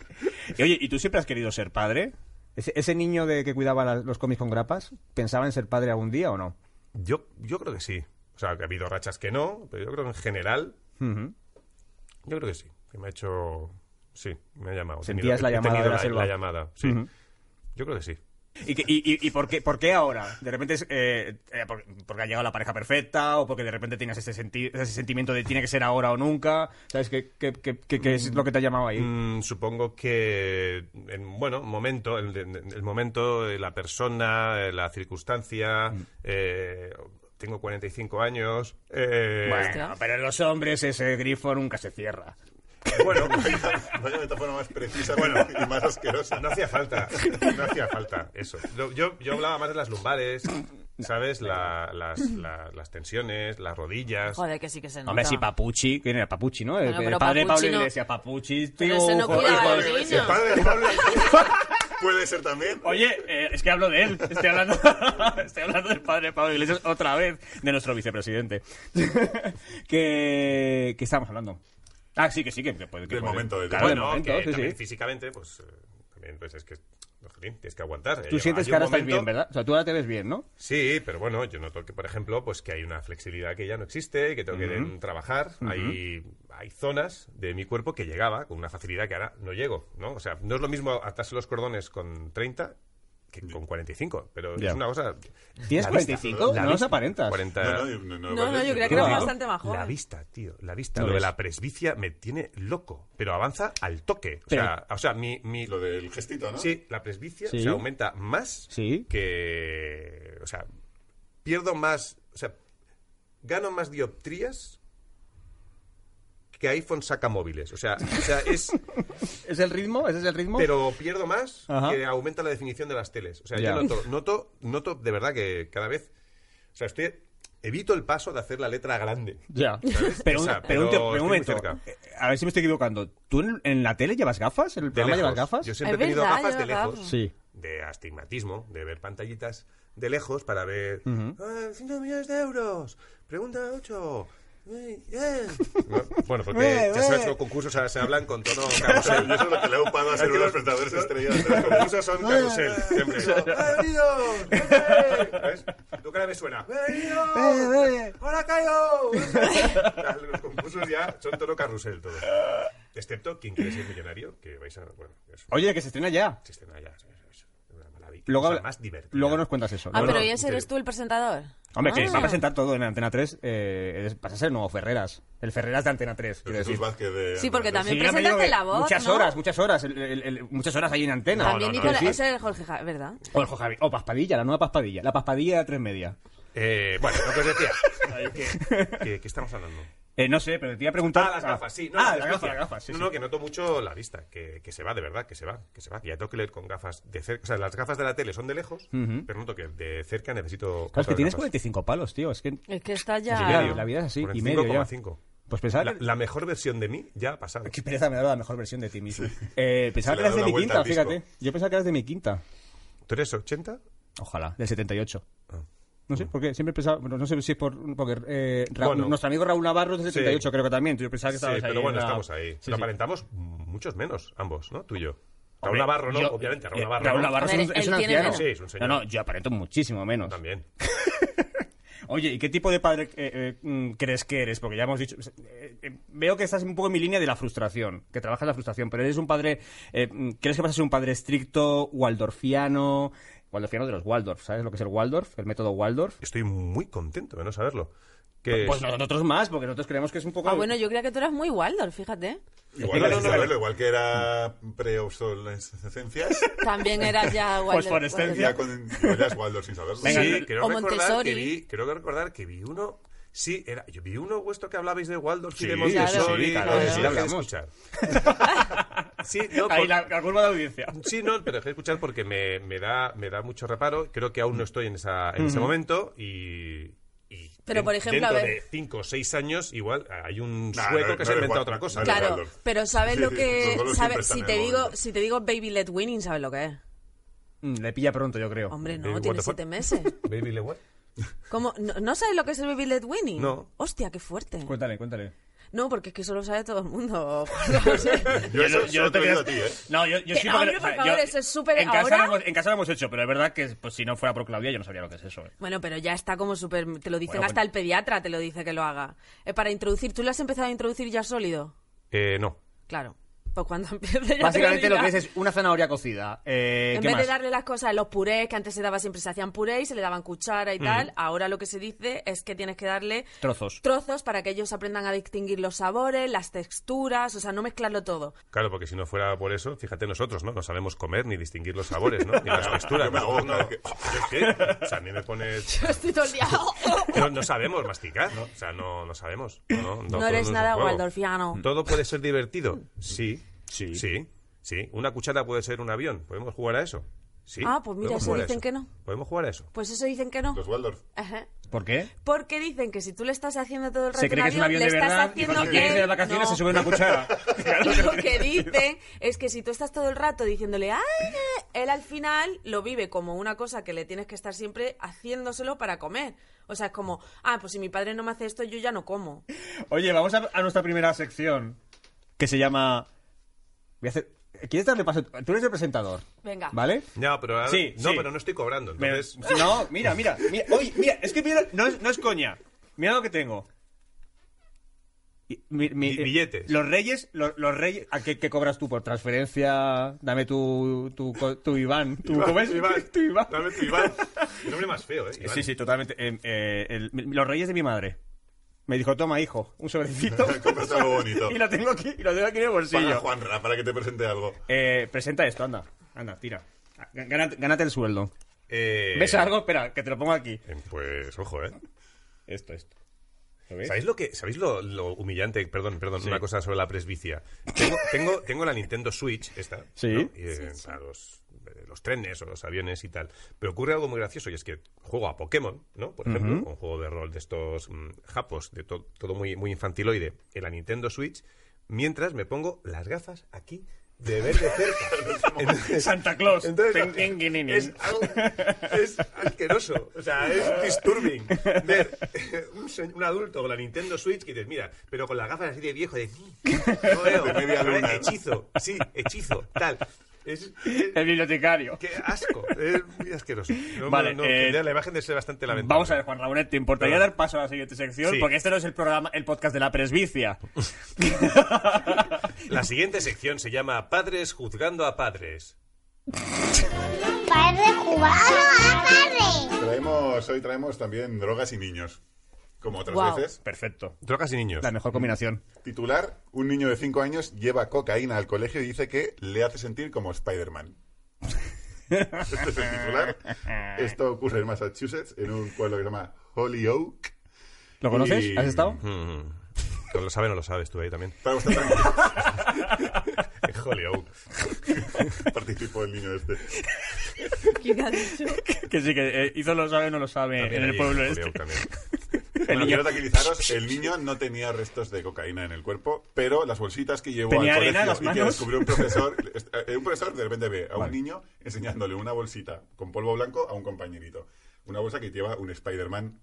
Y oye, ¿y tú siempre has querido ser padre? Ese, ese niño de que cuidaba las- los cómics con grapas, ¿pensaba en ser padre algún día o no? Yo, yo creo que sí. O sea, que ha habido rachas que no, pero yo creo que en general. Yo creo que sí. Que me ha hecho. Sí, me ha llamado. He Sentías la he llamada tenido de la selva. llamada, sí. Yo creo que sí. ¿Y, que- y, y- y por, qué, por qué ahora? ¿De repente es, eh, eh, por- porque ha llegado la pareja perfecta o porque de repente tienes ese, senti- ese sentimiento de tiene que ser ahora o nunca? ¿Sabes qué, qué- qué- qué- qué es lo que te ha llamado ahí? Mm, supongo que. En, bueno, momento. El, el- el momento, eh, la persona, eh, la circunstancia. Mm. eh, tengo 45 años. eh, Bueno, pero en los hombres ese grifo nunca se cierra. bueno pues, Vaya metáfora más precisa y más asquerosa. No hacía falta, no hacía falta eso. Yo, yo, yo hablaba más de las lumbares, ¿sabes? La- las, la- las tensiones, las rodillas. Joder, que sí que se nota. Hombre, si Papucci, ¿quién era Papucci, no? El, Bueno, el pero padre de Papucci Pablo no- Iglesias, Papucci, Pero tío, ese no joder, cuidaba joder. al niño. El padre de Pablo puede ser también. Oye, eh, es que hablo de él. Estoy hablando, estoy hablando del padre Pablo Iglesias otra vez, de nuestro vicepresidente. que, que estamos hablando. Ah, sí, que sí, que, que puede. que Del puede- momento, del claro, del Bueno, momento, que sí, también sí. físicamente, pues, eh, también, pues es que, jolín, tienes que aguantar. Eh, Tú sientes que ahora estás bien, ¿verdad? O sea, tú ahora te ves bien, ¿no? Sí, pero bueno, yo noto que, por ejemplo, pues que hay una flexibilidad que ya no existe, que tengo que de- trabajar. hay, hay zonas de mi cuerpo que llegaba con una facilidad que ahora no llego, ¿no? O sea, no es lo mismo atarse los cordones con 30 que con 45, pero Ya. es una cosa... ¿Tienes la 45? la No los vista. aparentas. 40. No, no, no, no, No, no, yo creía que No, era no. bastante más La joven. vista, tío, la Ya vista. Lo de ves. la presbicia me tiene loco, pero avanza al toque. O Pero- sea, o sea mi, mi, Lo del gestito, ¿no? Sí, la presbicia Sí. se aumenta más Sí. que. O sea, pierdo más. O sea, gano más dioptrías que iPhone saca móviles. O sea, o sea, es. ¿Es el ritmo? ¿Ese es el ritmo? Pero pierdo más Ajá. que aumenta la definición de las teles. O sea, Ya. yo noto, noto, noto de verdad que cada vez. O sea, estoy. Evito el paso de hacer la letra grande. Ya. Pero, un- Esa, pero un, pero pero un momento. estoy muy eh, A ver si me estoy equivocando. ¿Tú en, en la tele llevas gafas? ¿En el De programa llevas lejos. gafas? Yo siempre Es he tenido verdad, gafas de lleva lejos. gafas. Sí. de astigmatismo, de ver pantallitas de lejos para ver. 5 millones de euros! Pregunta 8. Bueno, porque Eh, ya sabes eh. que los concursos ahora se hablan con tono Yo carrusel. eso es lo que le he upado a ser unos presentadores estrellas. Los concursos son carrusel, siempre. ¡Bienvenidos! ¡Eh! ¿Ves? Tu cara me suena. Eh, ¡Bienvenidos! ¡Hola, Caio! Los concursos ya son tono carrusel todo. Excepto quien quiere ser millonario, que vais a... Bueno, es Oye, que se estrena ya. se estrena ya. Es una maravilla. Luego, O sea, más divertida. luego nos cuentas eso. Ah, Luego- pero no, ¿y ese pero- eres tú el presentador? Hombre, que Ah. va a presentar todo en Antena 3. Eh, es- vas a ser el nuevo Ferreras. El Ferreras de Antena 3. El quiero Jesús decir. Vázquez de... Sí, porque también Sí, ya me digo presentaste que la voz, Muchas ¿no? horas, muchas horas. el- el- el- muchas horas ahí en Antena. También no, no, Nicolás, sí. ese es Jorge Ja- ¿verdad? O el Javi- o Paspadilla, la nueva Paspadilla. La Paspadilla de tres media. Eh, bueno, lo que os decía. ¿Qué, qué, qué estamos hablando? Eh, no sé, pero te iba a preguntar. Ah, las gafas, sí. No, ah, la las presbicia. gafas, las gafas. Sí, no, sí. no, que noto mucho la vista, que, que se va de verdad, que se va, que se va. Que ya tengo que leer con gafas de cerca. O sea, las gafas de la tele son de lejos, pero noto que de cerca necesito. Claro, es que otras tienes gafas. 45 palos, tío. Es que. Es que está ya... Ah, Sí, claro, la vida es así. Y medio ya. 45,5. Pues pensaba La, que. la mejor versión de mí ya ha pasado. Qué pereza me daba la mejor versión de ti mismo. Eh, pensaba Se que le eras da de una mi vuelta quinta, al disco. fíjate. Yo pensaba que eras de mi quinta. ¿Tú eres 80? Ojalá, del 78. Ah. No sé, porque siempre pensaba. bueno, no sé si es por. Porque eh, Ra- Bueno. nuestro amigo Raúl Navarro es del Sí. 78, creo que también. Yo pensaba que Sí, estabas ahí pero bueno, en la- estamos ahí. Sí, Lo sí. aparentamos muchos menos, ambos, ¿no? Tú y yo. Raúl Hombre, Navarro, ¿no? yo- Obviamente, Raúl eh, Navarro. Raúl ¿no? Navarro es A un, ver, es él un tiene anciano. menos. Sí, es un señor. No, no, yo aparento muchísimo menos. También. Oye, ¿y qué tipo de padre eh, eh, mm, crees que eres? Porque ya hemos dicho. eh, eh, veo que estás un poco en mi línea de la frustración, que trabajas la frustración, pero eres un padre. eh, mm, ¿Crees que vas a ser un padre estricto, waldorfiano? Waldorfiano de los Waldorf, ¿sabes lo que es el Waldorf? El método Waldorf. Estoy muy contento de no saberlo. Que Pues nosotros más, porque nosotros creemos que es un poco. Ah, bueno, yo creía que tú eras muy Waldorf, fíjate. Igual, No, no, no, saberlo, igual que era pre-obsolescencias, También eras ya Waldorf. Fosforescencia. ya, con, ya es Waldorf sin saberlo. Venga, sí, no- creo o recordar Montessori. que vi, creo que recordar que vi uno. Sí, era, yo vi uno vuestro que hablabais de Waldorf y de Sí, Montessori. sí, claro, que sí, dejé de hablamos. escuchar. sí, no, Ahí por- la, la curva de audiencia. sí, no, pero dejé de escuchar porque me, me da, me da mucho reparo. Creo que aún no estoy en, esa, en ese momento y, Y Pero, den- por ejemplo, dentro a ver- de 5 o 6 años, igual hay un Nah, sueco no- que no se ha eres inventado guapo, otra cosa. no eres Claro. Claro, Ronaldo. pero ¿sabes Sí, lo sí, que...? los goles sabe- siempre están si, en te el digo, momento. si te digo Baby Let Winning, ¿sabes lo que es? Mm, Le pilla pronto, yo creo. Hombre, Eh, no, what tiene the fuck? siete meses. Baby Lewis. ¿Cómo? ¿No, no sabes lo que es el Baby Let Winning? No. Hostia, qué fuerte. Cuéntale, cuéntale. No, porque es que eso lo sabe todo el mundo. Juan, o sea, Yo, eso no- yo no te creo- a ti, ¿eh? No, yo, yo Que sí no, porque- hombre, por o sea, favor, yo- eso es súper- En casa, ahora- lo hemos- en casa lo hemos hecho, pero es verdad que pues, si no fuera por Claudia yo no sabría lo que es eso. ¿eh? Bueno, pero ya está como súper... Te lo dicen Bueno, hasta bueno. el pediatra, te lo dice que lo haga. Eh, para introducir, ¿tú lo has empezado a introducir ya sólido? Eh, no. Claro. Pues cuando empiece ya Básicamente te lo dirá. que es es una zanahoria cocida. Eh, En ¿qué vez de más? darle las cosas, los purés que antes se daba siempre se hacían puré y se le daban cuchara y tal, ahora lo que se dice es que tienes que darle Trozos. trozos para que ellos aprendan a distinguir los sabores, las texturas, o sea, no mezclarlo todo. Claro, porque si no fuera por eso, fíjate nosotros, ¿no? No sabemos comer ni distinguir los sabores, ¿no? Ni las texturas. Yo me Nosotros ahogo cada vez no- Yo es que, o sea, a mí me pones... Yo estoy todo el día. No, no sabemos masticar, ¿no? O sea, no, no sabemos. No, no, no, No, todo es eres un nada juego. waldorfiano. ¿Todo puede ser divertido? Sí. Sí. Sí. Sí. ¿Una cuchara puede ser un avión? ¿Podemos jugar a eso? Sí. Ah, pues mira, Podemos eso jugar a dicen que no. ¿Podemos jugar a eso? Pues eso dicen que no. Los Waldorf. Ajá. ¿Por qué? Porque dicen que si tú le estás haciendo todo el rato Se cree que es un avión le de estás verdad y haciendo cuando quiere irse de él- vacaciones no. se sube una cuchara. lo que dicen es que si tú estás todo el rato diciéndole, "Ah", él al final lo vive como una cosa que le tienes que estar siempre haciéndoselo para comer. O sea, es como, ah, pues si mi padre no me hace esto, yo ya no como. Oye, vamos a, a nuestra primera sección que se llama. Voy a hacer. ¿Quieres darle paso? Tú eres el presentador. Venga. ¿Vale. No, pero, ahora- Sí, no, sí. pero no estoy cobrando. Me- Entonces, No, mira, mira, mira. Oye, mira, es que mira, no es, no es coña. Mira lo que tengo. Y- mi- mi- eh, Bi- billetes. Los reyes, los, los reyes. ¿A qué, qué cobras tú por transferencia? Dame tu, tu, co- tu Iván. ¿Tu, Iván, ¿Cómo es? Iván. Tu Iván. Dame tu Iván. el nombre más feo, ¿eh? Iván. Sí, sí, totalmente. Eh, eh, el- los reyes de mi madre. Me dijo, toma, hijo, un sobrecito. Cómprate algo bonito. y lo tengo aquí, y lo tengo aquí en el Paga bolsillo. Juanra para que te presente algo. Eh, presenta esto, anda. Anda, tira. Gá- Gánate, gánate el sueldo. Eh, ¿Ves algo? Espera, que te lo pongo aquí. eh, Pues, ojo, ¿eh? Esto, esto. ¿Lo ves? ¿Sabéis lo que sabéis lo, lo humillante? Perdón, perdón, una cosa sobre la presbicia. Tengo, tengo, tengo la Nintendo Switch, esta. Sí. ¿no? Y, eh, Para los, eh, los trenes o los aviones y tal. Pero ocurre algo muy gracioso y es que juego a Pokémon, ¿no? Por ejemplo, un juego de rol de estos mm, japos, de to- todo muy, muy infantiloide, en la Nintendo Switch, mientras me pongo las gafas aquí de ver de cerca. Entonces- Santa Claus. Ten- entonces, ten- ten- ten- es, algo- es asqueroso, o sea, es disturbing ver eh, un, se- un adulto con la Nintendo Switch que dices, mira, pero con las gafas así de viejo, de, no veo, De media no veo, luna. hechizo, sí, hechizo, tal. Es, es- El bibliotecario. qué asco, es muy asqueroso. No, Vale, no, no, eh, la imagen de ser bastante lamentable. Vamos a ver, Juan Raúl, ¿te importaría Pero- dar paso a la siguiente sección? Sí. Porque este no es el programa, el podcast de la presbicia. La siguiente sección se llama Padres juzgando a padres. Padre cubano a padre. Traemos, hoy traemos también drogas y niños. Como otras Guau. veces. Perfecto. Drogas y niños. La mejor combinación. Titular, un niño de 5 años lleva cocaína al colegio y dice que le hace sentir como Spider-Man. este es el titular. Esto ocurre en Massachusetts, en un pueblo que se llama Holyoke. ¿Lo conoces? Y- ¿Has estado? Mm, no lo sabes, no lo sabes tú ahí también. Eh, Para mostrar también Eh, Holyoke. que participó el niño este. ¿Quién ha dicho? Que sí, que eh, hizo lo sabe, no lo sabe en También el allí, pueblo en este. Holyoke también. Bueno, quiero tranquilizaros, el niño no tenía restos de cocaína en el cuerpo, pero las bolsitas que llevó ¿Tenía al arena colegio en las y que manos? descubrió un profesor, eh, un profesor de repente ve a un niño enseñándole una bolsita con polvo blanco a un compañerito. Una bolsa que lleva un Spider-Man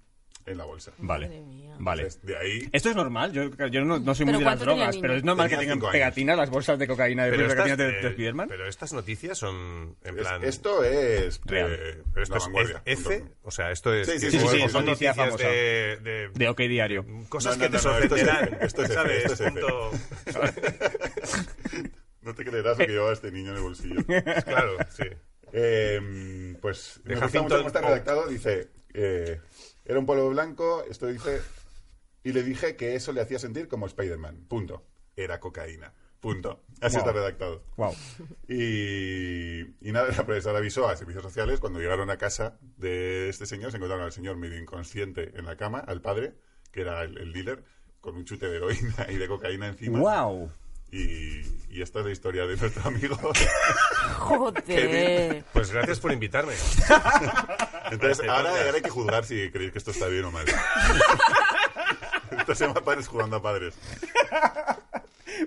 en la bolsa. Vale. Vale. Entonces, de ahí... Esto es normal. Yo, yo no, no soy ¿Pero muy de las cuánto tenía el drogas, niño? pero es normal Tenía que tengan cinco años. pegatinas las bolsas de cocaína de Pero pegatinas estas, de, de eh, Spiderman. pero estas noticias son en es- plan. esto es... Real. eh, pero esto la es vanguardia. F, o sea, esto es. Sí, sí, que sí, son- sí, sí, son es noticia noticias famosa. de, de- De OK Diario. cosas No, que no, te no, no, esto es sorprenderán. F, esto es F, ¿Sabes? esto es F. Punto- No te creerás lo que llevaba este niño en el bolsillo. Claro, sí. Eh, pues De me gusta Jacinto mucho cómo está Oak. redactado. Dice, eh, era un polvo blanco, esto dice... Y le dije que eso le hacía sentir como Spider-Man. Punto. Era cocaína. Punto. Así Wow. está redactado. Wow. Y, y nada, la profesora avisó a servicios sociales. Cuando llegaron a casa de este señor, se encontraron al señor medio inconsciente en la cama, al padre, que era el, el dealer, con un chute de heroína y de cocaína encima. Wow. Y, y esta es la historia de nuestro amigo. Joder. Pues gracias por invitarme. Entonces, Parece ahora, podcast. ahora hay que juzgar si creéis que esto está bien o mal. esto se llama padres jugando a padres.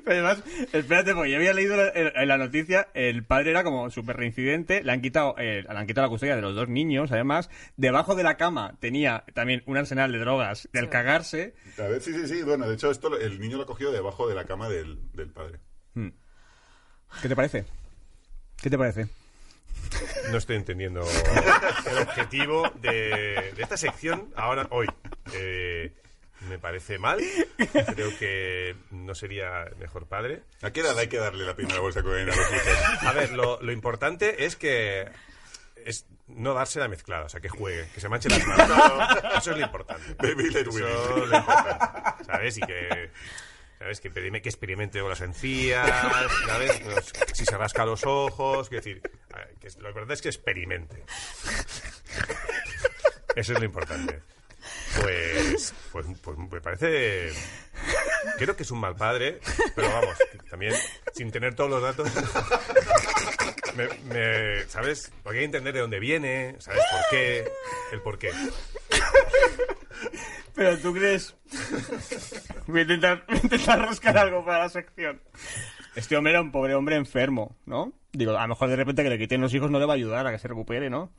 Pero además, espérate, porque yo había leído la- en en la noticia, el padre era como súper reincidente, le han, quitado, eh, le han quitado la custodia de los dos niños, además, debajo de la cama tenía también un arsenal de drogas del cagarse. A ver, sí, sí, sí. Bueno, de hecho, esto lo- el niño lo cogió debajo de la cama del, del padre. ¿Qué te parece? ¿Qué te parece? No estoy entendiendo el objetivo de, de esta sección ahora, hoy. Eh, me parece mal. Creo que no sería mejor padre. ¿A qué edad hay que darle la primera bolsa con cocaína a los hijos? A ver, lo, lo importante es que es no darse la mezclada, o sea, que juegue, que se manche las manos. Eso es lo importante. Baby, let Eso Willy. es lo importante, ¿sabes? Y que... ¿Sabes? Que, perime- que experimente con las encías, ¿sabes? Pues, si se rasca los ojos, quiero decir, a ver, que lo verdad es que experimente. Eso es lo importante. Pues, pues, pues me parece. Creo que es un mal padre, pero vamos, también sin tener todos los datos. Me, me- ¿Sabes? Porque hay que entender de dónde viene, ¿sabes? ¿Por qué? El por qué. Pero tú crees. Voy a intentar, voy a intentar rascar algo para la sección. Este hombre era un pobre hombre enfermo, ¿no? Digo, a lo mejor de repente que le quiten los hijos no le va a ayudar a que se recupere, ¿no?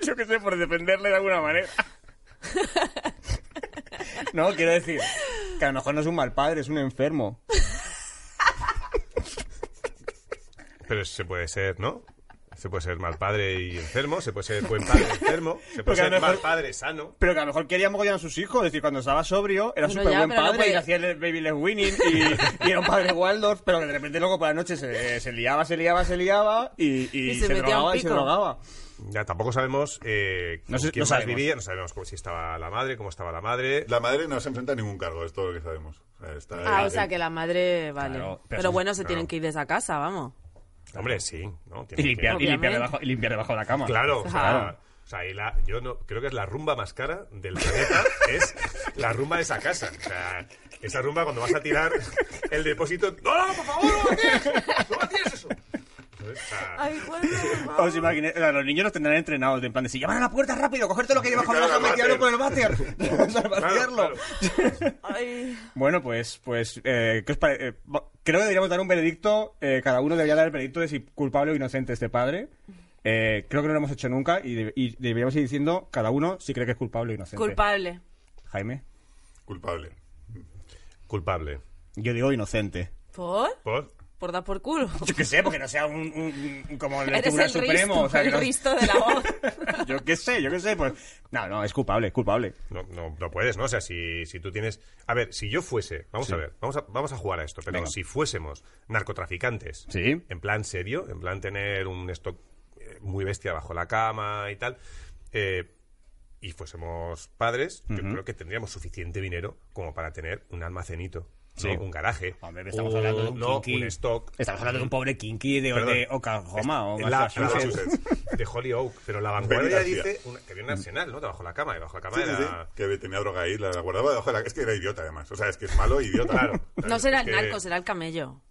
Yo qué sé, por defenderle de alguna manera. No, quiero decir que a lo mejor no es un mal padre, es un enfermo. Pero se puede ser, ¿no? Se puede ser mal padre y enfermo, se puede ser buen padre y enfermo, se puede Porque a lo ser mal mejor- padre sano. Pero que a lo mejor quería mogollón a sus hijos. Es decir, cuando estaba sobrio, era Bueno, súper buen ya, pero no padre y puede- hacía el Baby Left Winning y, y era un padre Waldorf, pero que de repente luego por la noche se, se liaba, se liaba, se liaba y, y Y se se, metía drogaba un y se pico. drogaba. Ya tampoco sabemos eh, No sé- quién no más sabemos. vivía, no sabemos cómo, si estaba la madre, cómo estaba la madre. La madre no se enfrenta a ningún cargo, es todo lo que sabemos. O sea, está Ah, el- o sea, el- que la madre, vale. Claro, pero pero, eso- bueno, se claro. tienen que ir de esa casa, vamos. Hombre, sí, ¿no? Tiene Y que- limpiar, y Obviamente. limpiar debajo, y limpiar debajo de la cama. Claro, o sea, Claro. o sea, y la- yo no, creo que es la rumba más cara del planeta, es la rumba de esa casa. O sea, esa rumba cuando vas a tirar el depósito... ¡No, no, por favor, no lo tienes! ¡No lo tienes eso! ¿Sabes? O sea, Os imagináis, o sea, los niños los tendrán entrenados. En plan de si llaman a la puerta rápido, cogerte lo que hay debajo de la Claro, cama y tirarlo con el váter. O sea, vaciarlo. claro. Ay. Bueno, pues, pues eh, ¿qué os pare- eh, bo- creo que deberíamos dar un veredicto. eh, cada uno debería dar el veredicto de si culpable o inocente este padre. Eh, creo que no lo hemos hecho nunca y, de- y deberíamos ir diciendo cada uno si cree que es culpable o inocente. Culpable. Jaime. culpable. Culpable. Yo digo inocente. ¿Por? ¿Por? Por dar por culo. Yo qué sé, porque no sea un, un- un- como el del Eres Tribunal el Supremo. risto, o sea, que el no- risto de la voz. yo qué sé, yo qué sé. Pues, no, no, es culpable, es culpable. No, no, no puedes, ¿no? O sea, si, si tú tienes... A ver, si yo fuese... Vamos a ver, vamos a, vamos a jugar a esto. Pero Venga. si fuésemos narcotraficantes, Sí. en plan serio, en plan tener un stock eh, muy bestia bajo la cama y tal, eh, y fuésemos padres, yo creo que tendríamos suficiente dinero como para tener un almacenito, Sí. ¿no? un garaje, Hombre, estamos hablando de Oh, un no, kinky. stock. Estamos hablando de un pobre kinky de, Perdón. de Oklahoma o La- la- Massachusetts. de Holly Oak, pero la vanguardia Penitencia. dice una- que había un arsenal, ¿no? Debajo de la cama, debajo de la Sí, cama sí, era... sí. Que tenía droga ahí, la guardaba debajo de la... Es que era idiota, además. O sea, es que es malo e idiota. Claro. No será el Es que- narco, será el camello.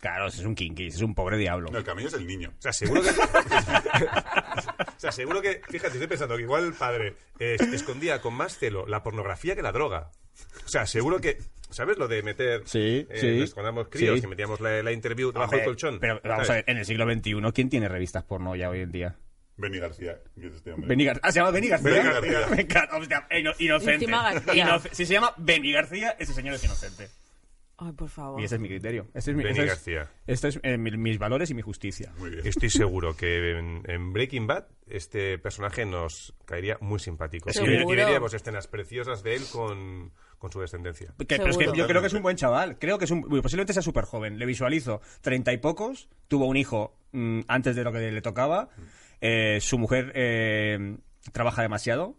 Claro, ese es un kinky, ese es un pobre diablo. No, el camello es el niño. O sea, seguro que. o sea, seguro que. Fíjate, estoy pensando que igual el padre eh, escondía con más celo la pornografía que la droga. O sea, seguro que. ¿Sabes lo de meter. Sí, eh, sí. nos- Cuando éramos críos Sí. que metíamos la, la interview debajo del Hombre, colchón. Eh, Pero vamos ¿sabes? a ver, en el siglo XXI, ¿quién tiene revistas porno ya hoy en día? Benny García, que es este hombre. Benny García. Ah, se llama Benny García. Benny García. Me encanta. Hostia, ino- inocente. Encima García. Inoc- si se llama Benny García, ese señor es inocente. Ay, por favor. Y ese es mi criterio. Este es mi, Benny este es- García. este es eh, mi- mis valores y mi justicia. Muy bien. Estoy seguro que en, en Breaking Bad este personaje nos caería muy simpático. Es Y, que- ver- y Seguro. veríamos escenas preciosas de él con, con su descendencia. Que- pero es que Seguro. yo creo que es un buen chaval. Creo que es un. uy, Posiblemente sea súper joven. Le visualizo treinta y pocos. Tuvo un hijo mm, antes de lo que le tocaba. eh, su mujer eh, trabaja demasiado.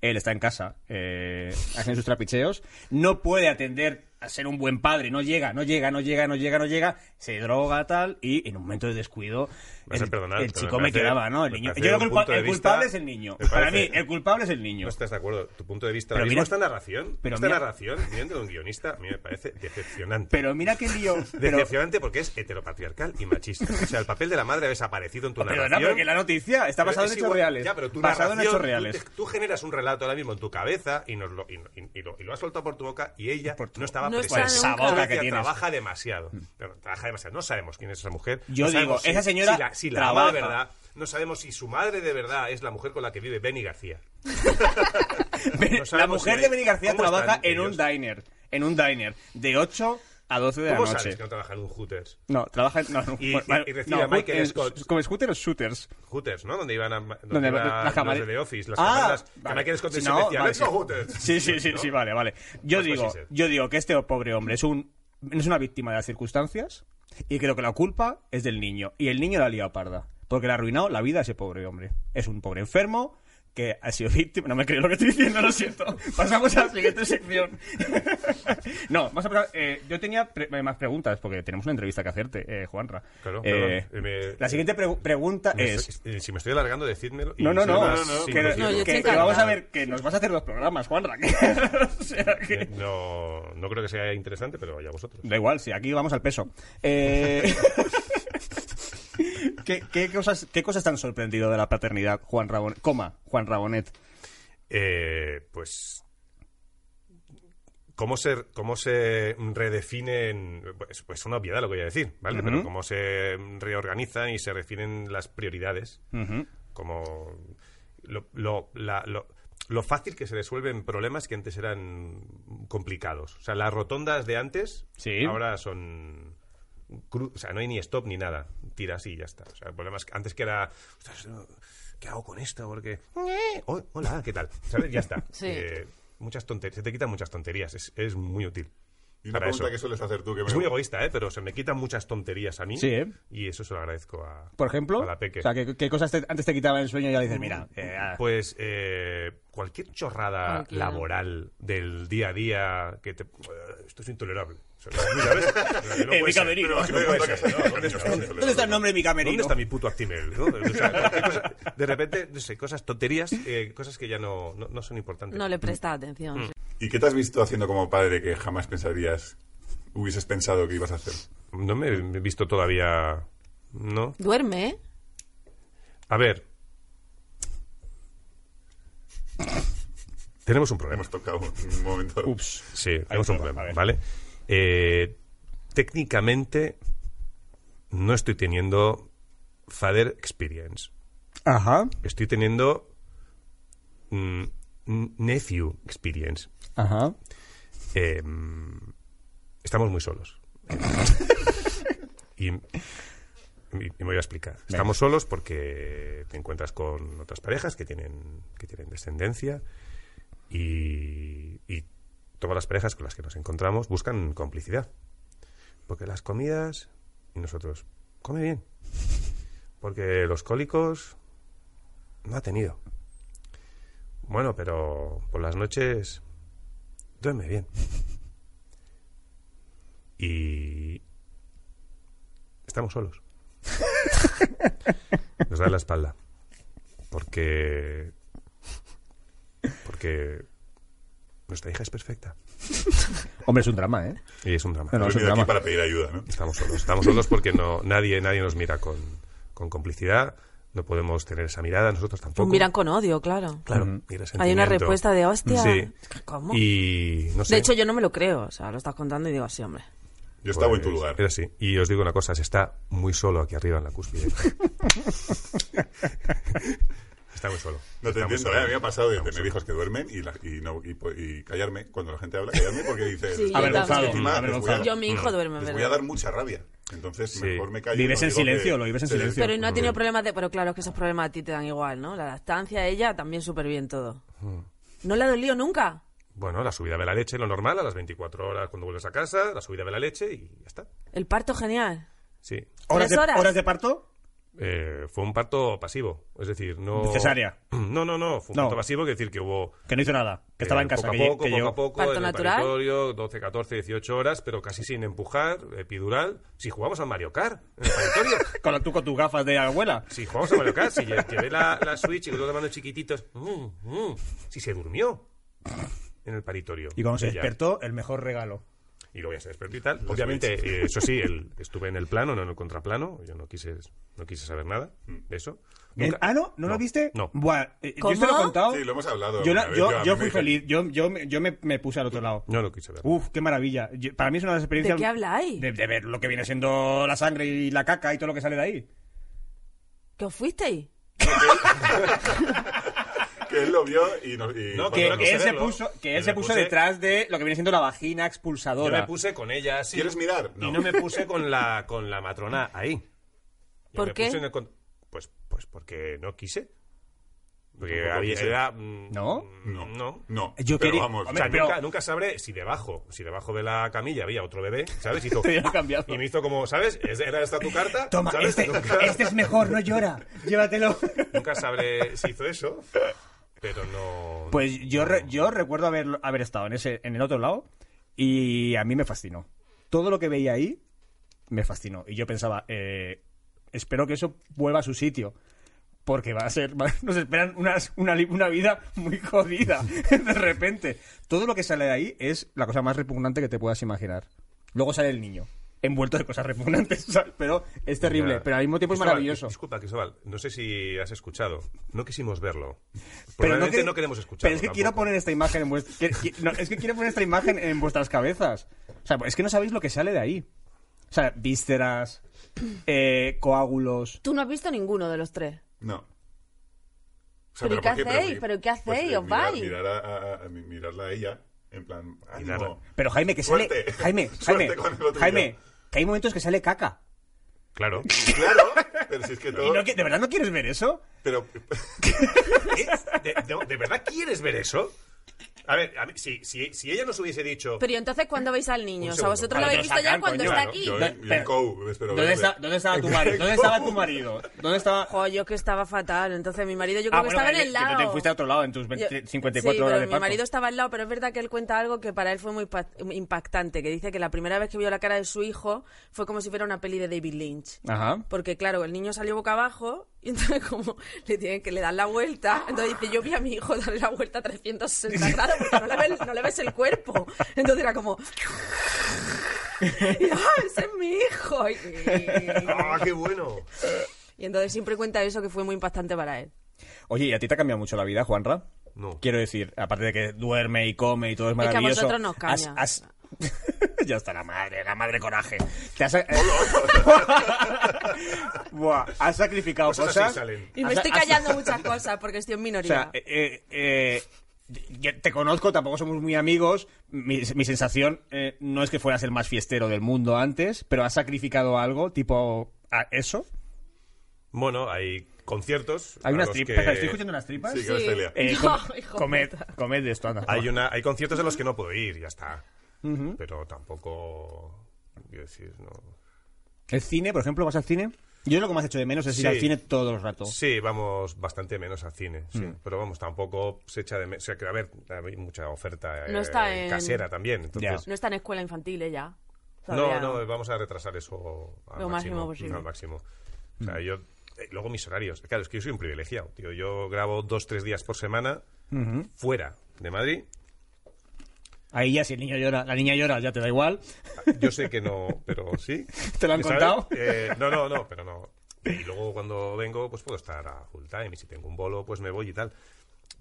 Él está en casa eh, haciendo sus trapicheos. No puede atender a ser un buen padre, no llega, no llega, no llega, no llega, no llega, se droga tal y en un momento de descuido Me vas a el, perdonar, el pero me chico me, parece- quedaba, ¿no? El me niño. parece Yo creo un que el, punto cul- de el vista- culpable es el niño. me Para mí parece- el culpable es el niño. No estás de acuerdo. Tu punto de vista. Pero Pero mira- esta narración, pero esta mira- narración, viene de un guionista, a mí me parece decepcionante. Pero mira qué lío. Pero, decepcionante porque es heteropatriarcal y machista. O sea, el papel de la madre ha desaparecido en tu pero narración. no, porque la noticia está Pero basada en es hechos igual- reales. Ya, pero tu basado en narración, hechos tú reales. te- Tú, generas un relato ahora mismo en tu cabeza y, nos lo, y, y- y lo, y lo has soltado por tu boca y ella Por tu- no estaba No está presente. nunca. Esa boca Decía, que tienes. Mm. Trabaja demasiado. Pero trabaja demasiado. No sabemos quién es esa mujer. Yo No sabemos digo, esa señora si la, si la trabaja. ama de verdad. No sabemos si su madre de verdad es la mujer con la que vive Benny García. No la sabemos mujer si de hay- Benny García ¿Cómo trabaja están en un ellos? diner. En un diner. De 8 a 12 de la ¿Cómo noche. sabes que no trabaja en un Hooters? No, trabaja en. No, no, Y- bueno, y- y recibe a no, Michael en- Scott. Como scooters, shooters. Hooters, ¿no? Donde iban a, donde Donde iban las los cámaras- de The Office, las Ah, cámaras. Que vale. me quieres Si no, decía, vale, "Let's sí. go Hooters". Sí, sí, sí, ¿No? sí, vale, vale. Yo Pues digo, sí, sí. yo digo que este pobre hombre es un es una víctima de las circunstancias y creo que la culpa es del niño y el niño la ha liado parda porque le ha arruinado la vida a ese pobre hombre. Es un pobre enfermo que ha sido víctima. No me creo lo que estoy diciendo, lo siento. Pasamos a la siguiente sección. no, vamos a pasar. eh, yo tenía pre- eh, más preguntas porque tenemos una entrevista que hacerte, eh, Juanra. Claro, Eh, perdón, eh, me- la siguiente pre- pregunta Me es. estoy- eh, si me estoy alargando, decídmelo. y No, no, si no. más, sí, que, lo digo. No, yo que- estoy que vamos a encantada. ver, que nos vas a hacer dos programas, Juanra. que- o sea que- No, no creo que sea interesante, pero vaya vosotros. Da igual, sí, aquí vamos al peso. Eh, ¿Qué, qué cosas, ¿Qué cosas te han sorprendido de la paternidad, Juan Rabonet? Coma, Juan Rabonet. Eh, pues. ¿Cómo se, cómo se redefinen? Pues, pues una obviedad lo que voy a decir, ¿vale? Ujú. Pero cómo se reorganizan y se definen las prioridades. Ujú. Como. Lo, lo- la- lo- lo fácil que se resuelven problemas que antes eran complicados. O sea, las rotondas de antes Sí. ahora son. cru- o sea, no hay ni stop ni nada. Tiras y ya está. O sea, el problema es que antes que era. "Ostras, no, ¿Qué hago con esto? Porque. eh, oh, hola, ¿qué tal? ¿Sabes? Ya está. Sí. Eh, muchas tonterías. Se te quitan muchas tonterías. Es, es muy útil. Y una para pregunta eso. que sueles hacer tú que Es me muy egoísta, ¿eh? Pero se me quitan muchas tonterías a mí. Sí, ¿eh? Y eso se lo agradezco a. Por ejemplo, a la Peque. o sea, ¿qué, qué cosas te- antes te quitaban el sueño y ya dices, mira, eh, ah, Pues eh, cualquier chorrada Cualquiera. laboral del día a día que te... Esto es intolerable. O sea, mira, ¿ves? No puede Eh, mi ser. camerino. No, no puede ser, ¿no? ¿Dónde está? ¿dónde está el nombre de mi camerino? pues, ¿Dónde está mi puto Actimel? ¿no? O sea, cualquier cosa- de repente, no sé, cosas tonterías, eh, cosas que ya no, no, no son importantes. No le presta atención. ¿Y qué te has visto haciendo como padre que jamás pensarías, hubieses pensado que ibas a hacer? No me he visto todavía... ¿No? Duerme, ¿eh? A ver. Tenemos un problema. Hemos tocado un momento. ups. Sí, tenemos un un problema, problema, a ver. ¿vale? Eh, técnicamente no estoy teniendo father experience. Ajá, Estoy teniendo mm, n- nephew experience. ajá. Eh, mm, estamos muy solos. y, y- y me voy a explicar. Estamos solos porque te encuentras con otras parejas que tienen, que tienen descendencia y, y todas las parejas con las que nos encontramos buscan complicidad. Porque las comidas y nosotros, come bien. Porque los cólicos no ha tenido. Bueno, pero por las noches duerme bien. Y estamos solos. Nos da la espalda. Porque. Porque. Nuestra hija es perfecta. Hombre, es un drama, ¿eh? Y es un drama. No, no, es Has un venido aquí drama. para pedir ayuda, ¿no? Estamos solos. Estamos solos porque no, nadie, nadie nos mira con, con complicidad. No podemos tener esa mirada, nosotros tampoco. Miran con odio, claro. Claro, mira Hay una sentimiento. respuesta de hostia. Sí. ¿Cómo? Y no sé. De hecho, yo no me lo creo. O sea, lo estás contando y digo, sí, hombre. Yo estaba en Pues, tu lugar. Era así. Y os digo una cosa, se está muy solo aquí arriba en la cúspide. está muy solo. No te Está muy entiendo, solo. ¿eh? A mí me ha pasado de Está muy tener solo. hijos que duermen y, la- y no- y po- y callarme. Cuando la gente habla, callarme porque dices... Sí, yo Avergonzado, "Es que encima les voy a- avergonzado. Yo, mi hijo duerme, Les ¿verdad? voy a dar mucha rabia. Entonces, Sí. mejor me callo. y Vives no en digo silencio, que- lo vives en Sí. silencio. Pero no ha tenido problemas de... Pero claro, que esos problemas a ti te dan igual, ¿no? La lactancia, ella, también súper bien todo. ¿No le ha dolido nunca? Bueno, la subida de la leche, lo normal, a las 24 horas cuando vuelves a casa, la subida de la leche y ya está. El parto genial. Sí. ¿Horas de, ¿Tres horas? horas de parto? Eh, fue un parto pasivo, es decir, no... Cesárea. No, no, no, fue un No. parto pasivo, que decir que hubo... eh, Que no hizo nada. Que estaba en casa, Poco a que lle- poco, que poco llegó. a poco, Parto en el natural. paritorio, 12, 14, 18 horas, pero casi sin empujar, epidural. Si jugamos al Mario Kart en el paritorio. Con, la- tú con tus gafas de abuela. Si jugamos a Mario Kart, si lle- llevé la, la Switch y con dos manos chiquititos. Mm, mm. si se durmió en el paritorio. Y cuando se Ella. despertó, el mejor regalo. y luego ya se despertó y tal. Obviamente, eh, eso sí, el- estuve en el plano, no en el contraplano. Yo no quise, no quise saber nada de eso. El- Nunca- ah, no, ¿no, lo viste? No. Buah, eh, yo ¿Cómo? te lo he contado. Sí, lo hemos hablado. Yo, la- alguna vez, yo, a mí yo me fui dijeron- feliz, yo, yo, me- yo me, me puse al otro lado. No lo quise ver. Uf, qué maravilla. Yo- para mí es una de las experiencias. ¿De qué habláis? De, de ver lo que viene siendo la sangre y la caca y todo lo que sale de ahí. ¿Que os fuisteis? Que él lo vio y nos. y No, cuando Que Bueno, no sé él, se verlo. puso, que Yo él se me puso puse- detrás de lo que viene siendo la vagina Yo expulsadora. me puse con ella así. ¿Quieres mirar? Y no me puse con la, con la matrona ahí. Yo ¿Por me qué? puse en el con- pues, pues porque no quise. Porque Tampoco había, quise. era, mm, ¿No? No. No. No. Yo pero quería- vamos. O sea, Hombre, pero- nunca, nunca sabré si debajo, si debajo de la camilla había otro bebé, ¿sabes? Hizo- Te había cambiado. y me hizo como, ¿sabes? Es- Era esta tu carta. Toma, ¿sabes? este, Nunca- este es mejor, no llora. Llévatelo. Nunca sabré si hizo eso, pero no. Pues yo, re- yo recuerdo haber, haber estado en, ese, en el otro lado y a mí me fascinó. Todo lo que veía ahí me fascinó. Y yo pensaba, eh, espero que eso vuelva a su sitio. Porque va a ser, va- nos esperan unas- una, li- una vida muy jodida de repente. Todo lo que sale de ahí es la cosa más repugnante que te puedas imaginar. Luego sale el niño, envuelto de cosas repugnantes, ¿sabes? pero es terrible. Ya. Pero al mismo tiempo es Cristóbal, maravilloso. Disculpa, Cristóbal, no sé si has escuchado. No quisimos verlo. Pero Probablemente quer- no, queremos escucharlo. Pero es que tampoco. quiero poner esta imagen en vuest- que- que- no, es que quiero poner esta imagen en vuestras cabezas. O sea, es que no sabéis lo que sale de ahí. O sea, vísceras, eh, coágulos. Tú no has visto ninguno de los tres. No. O ¿Pero y ¿por qué hacéis? ¿Pero qué hacéis? eh, ¿Os mirar- vais? Mirar a, a- a- mi- mirarla a ella, en plan, ánimo. Mirarla. Pero Jaime, que sale. Suerte. Jaime, Jaime, Suerte con el otro Jaime, día. que hay momentos que sale caca. Claro. Claro, pero si es que ¿Y todo... no que- ¿De verdad no quieres ver eso? Pero... ¿Eh? ¿De, de- de verdad quieres ver eso? A ver, a mí- si, si- si ella nos hubiese dicho. Pero ¿y entonces cuando veis al niño? Un O sea, vosotros segundo. lo Vale, habéis pero visto ya sacan, cuando coño, está claro. aquí. Yo Da- en, yo en pero- Cou, espero ¿Dónde, verle. está- dónde estaba tu marido? ¿Dónde estaba tu marido? ¿Dónde estaba.? Jo, yo que estaba fatal. Entonces mi marido yo creo Ah, que bueno, estaba en que- el que lado. no te fuiste a otro lado en tus 20 Yo- 54 sí, horas pero de mi parto. marido estaba al lado, pero es verdad que él cuenta algo que para él fue muy pa- impactante, que dice que la primera vez que vio la cara de su hijo fue como si fuera una peli de David Lynch. Ajá. Porque claro, el niño salió boca abajo y entonces como le tienen que le dan la vuelta, entonces dice, yo vi a mi hijo darle la vuelta 360 grados porque no le ves, no le ves el cuerpo. Entonces era como... Y, "Ah, ese es mi hijo! ¡Ah, Y, qué bueno! y entonces siempre cuenta eso que fue muy impactante para él. Oye, ¿y a ti te ha cambiado mucho la vida, Juanra? No. Quiero decir, aparte de que duerme y come y todo es que a maravilloso. vosotros nos has- cambia. has- ya está la madre, la madre coraje. Te has... Buah, has sacrificado Cosas así cosas. salen. Y me Has- estoy has- callando muchas cosas porque estoy en O minoría. sea, eh, eh, eh, yo te conozco, tampoco somos muy amigos. Mi, mi sensación eh, no es que fueras el más fiestero del mundo antes, pero has sacrificado algo, tipo a eso. Bueno, hay conciertos. Hay a unas los tripas. que- ¿Estoy escuchando unas tripas? Sí, que ves Celia. Eh, No, come- hijo comed, puta. comed esto, anda. Hay, una, hay conciertos a los que no puedo ir, ya está. Pero tampoco. Quiero decir, no. ¿El cine, por ejemplo? ¿Vas al cine? Yo es lo que más hecho de menos es ir Sí. al cine todo el rato. Sí, vamos bastante menos al cine, sí. Pero vamos, tampoco se echa de menos. O sea, que a ver, hay mucha oferta No eh, está en- casera también. Entonces, No está en escuela infantil ella. no, eh, no, vamos a retrasar eso al Lo máximo máximo. posible. al máximo. O sea, yo... eh, Luego mis horarios. Claro, es que yo soy un privilegiado, tío. Yo grabo dos, tres días por semana fuera de Madrid. Ahí ya si el niño llora, la niña llora, ya te da igual. Yo sé que no, pero sí. ¿Te lo han ¿Sabes? contado? Eh, no, no, no, pero no. Y luego cuando vengo, pues puedo estar a full time. Y si tengo un bolo, pues me voy y tal.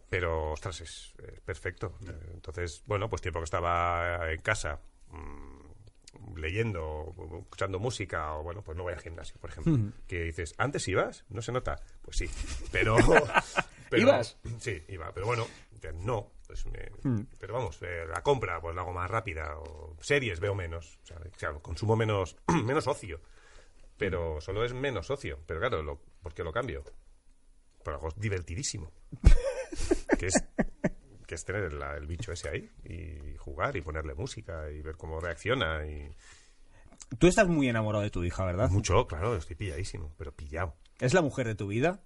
Pero, ostras, es, es perfecto. Eh, Entonces, bueno, pues tiempo que estaba en casa mm, leyendo, o escuchando música, o bueno, pues no voy al gimnasio, por ejemplo. Que dices, ¿antes ibas? ¿No se nota? Pues sí. Pero. pero- ¿Ibas? Sí, iba. Pero bueno, ya no. pues me- Pero vamos, eh, la compra pues la hago más rápida. O series veo menos. O sea, claro, consumo menos, menos ocio. Pero solo es menos ocio. Pero claro, lo, ¿por qué lo cambio? Por algo divertidísimo. que es que es tener la- el bicho ese ahí y jugar y ponerle música y ver cómo reacciona y Tú estás muy enamorado de tu hija, ¿verdad? mucho claro estoy pilladísimo pero pillado Es la mujer de tu vida.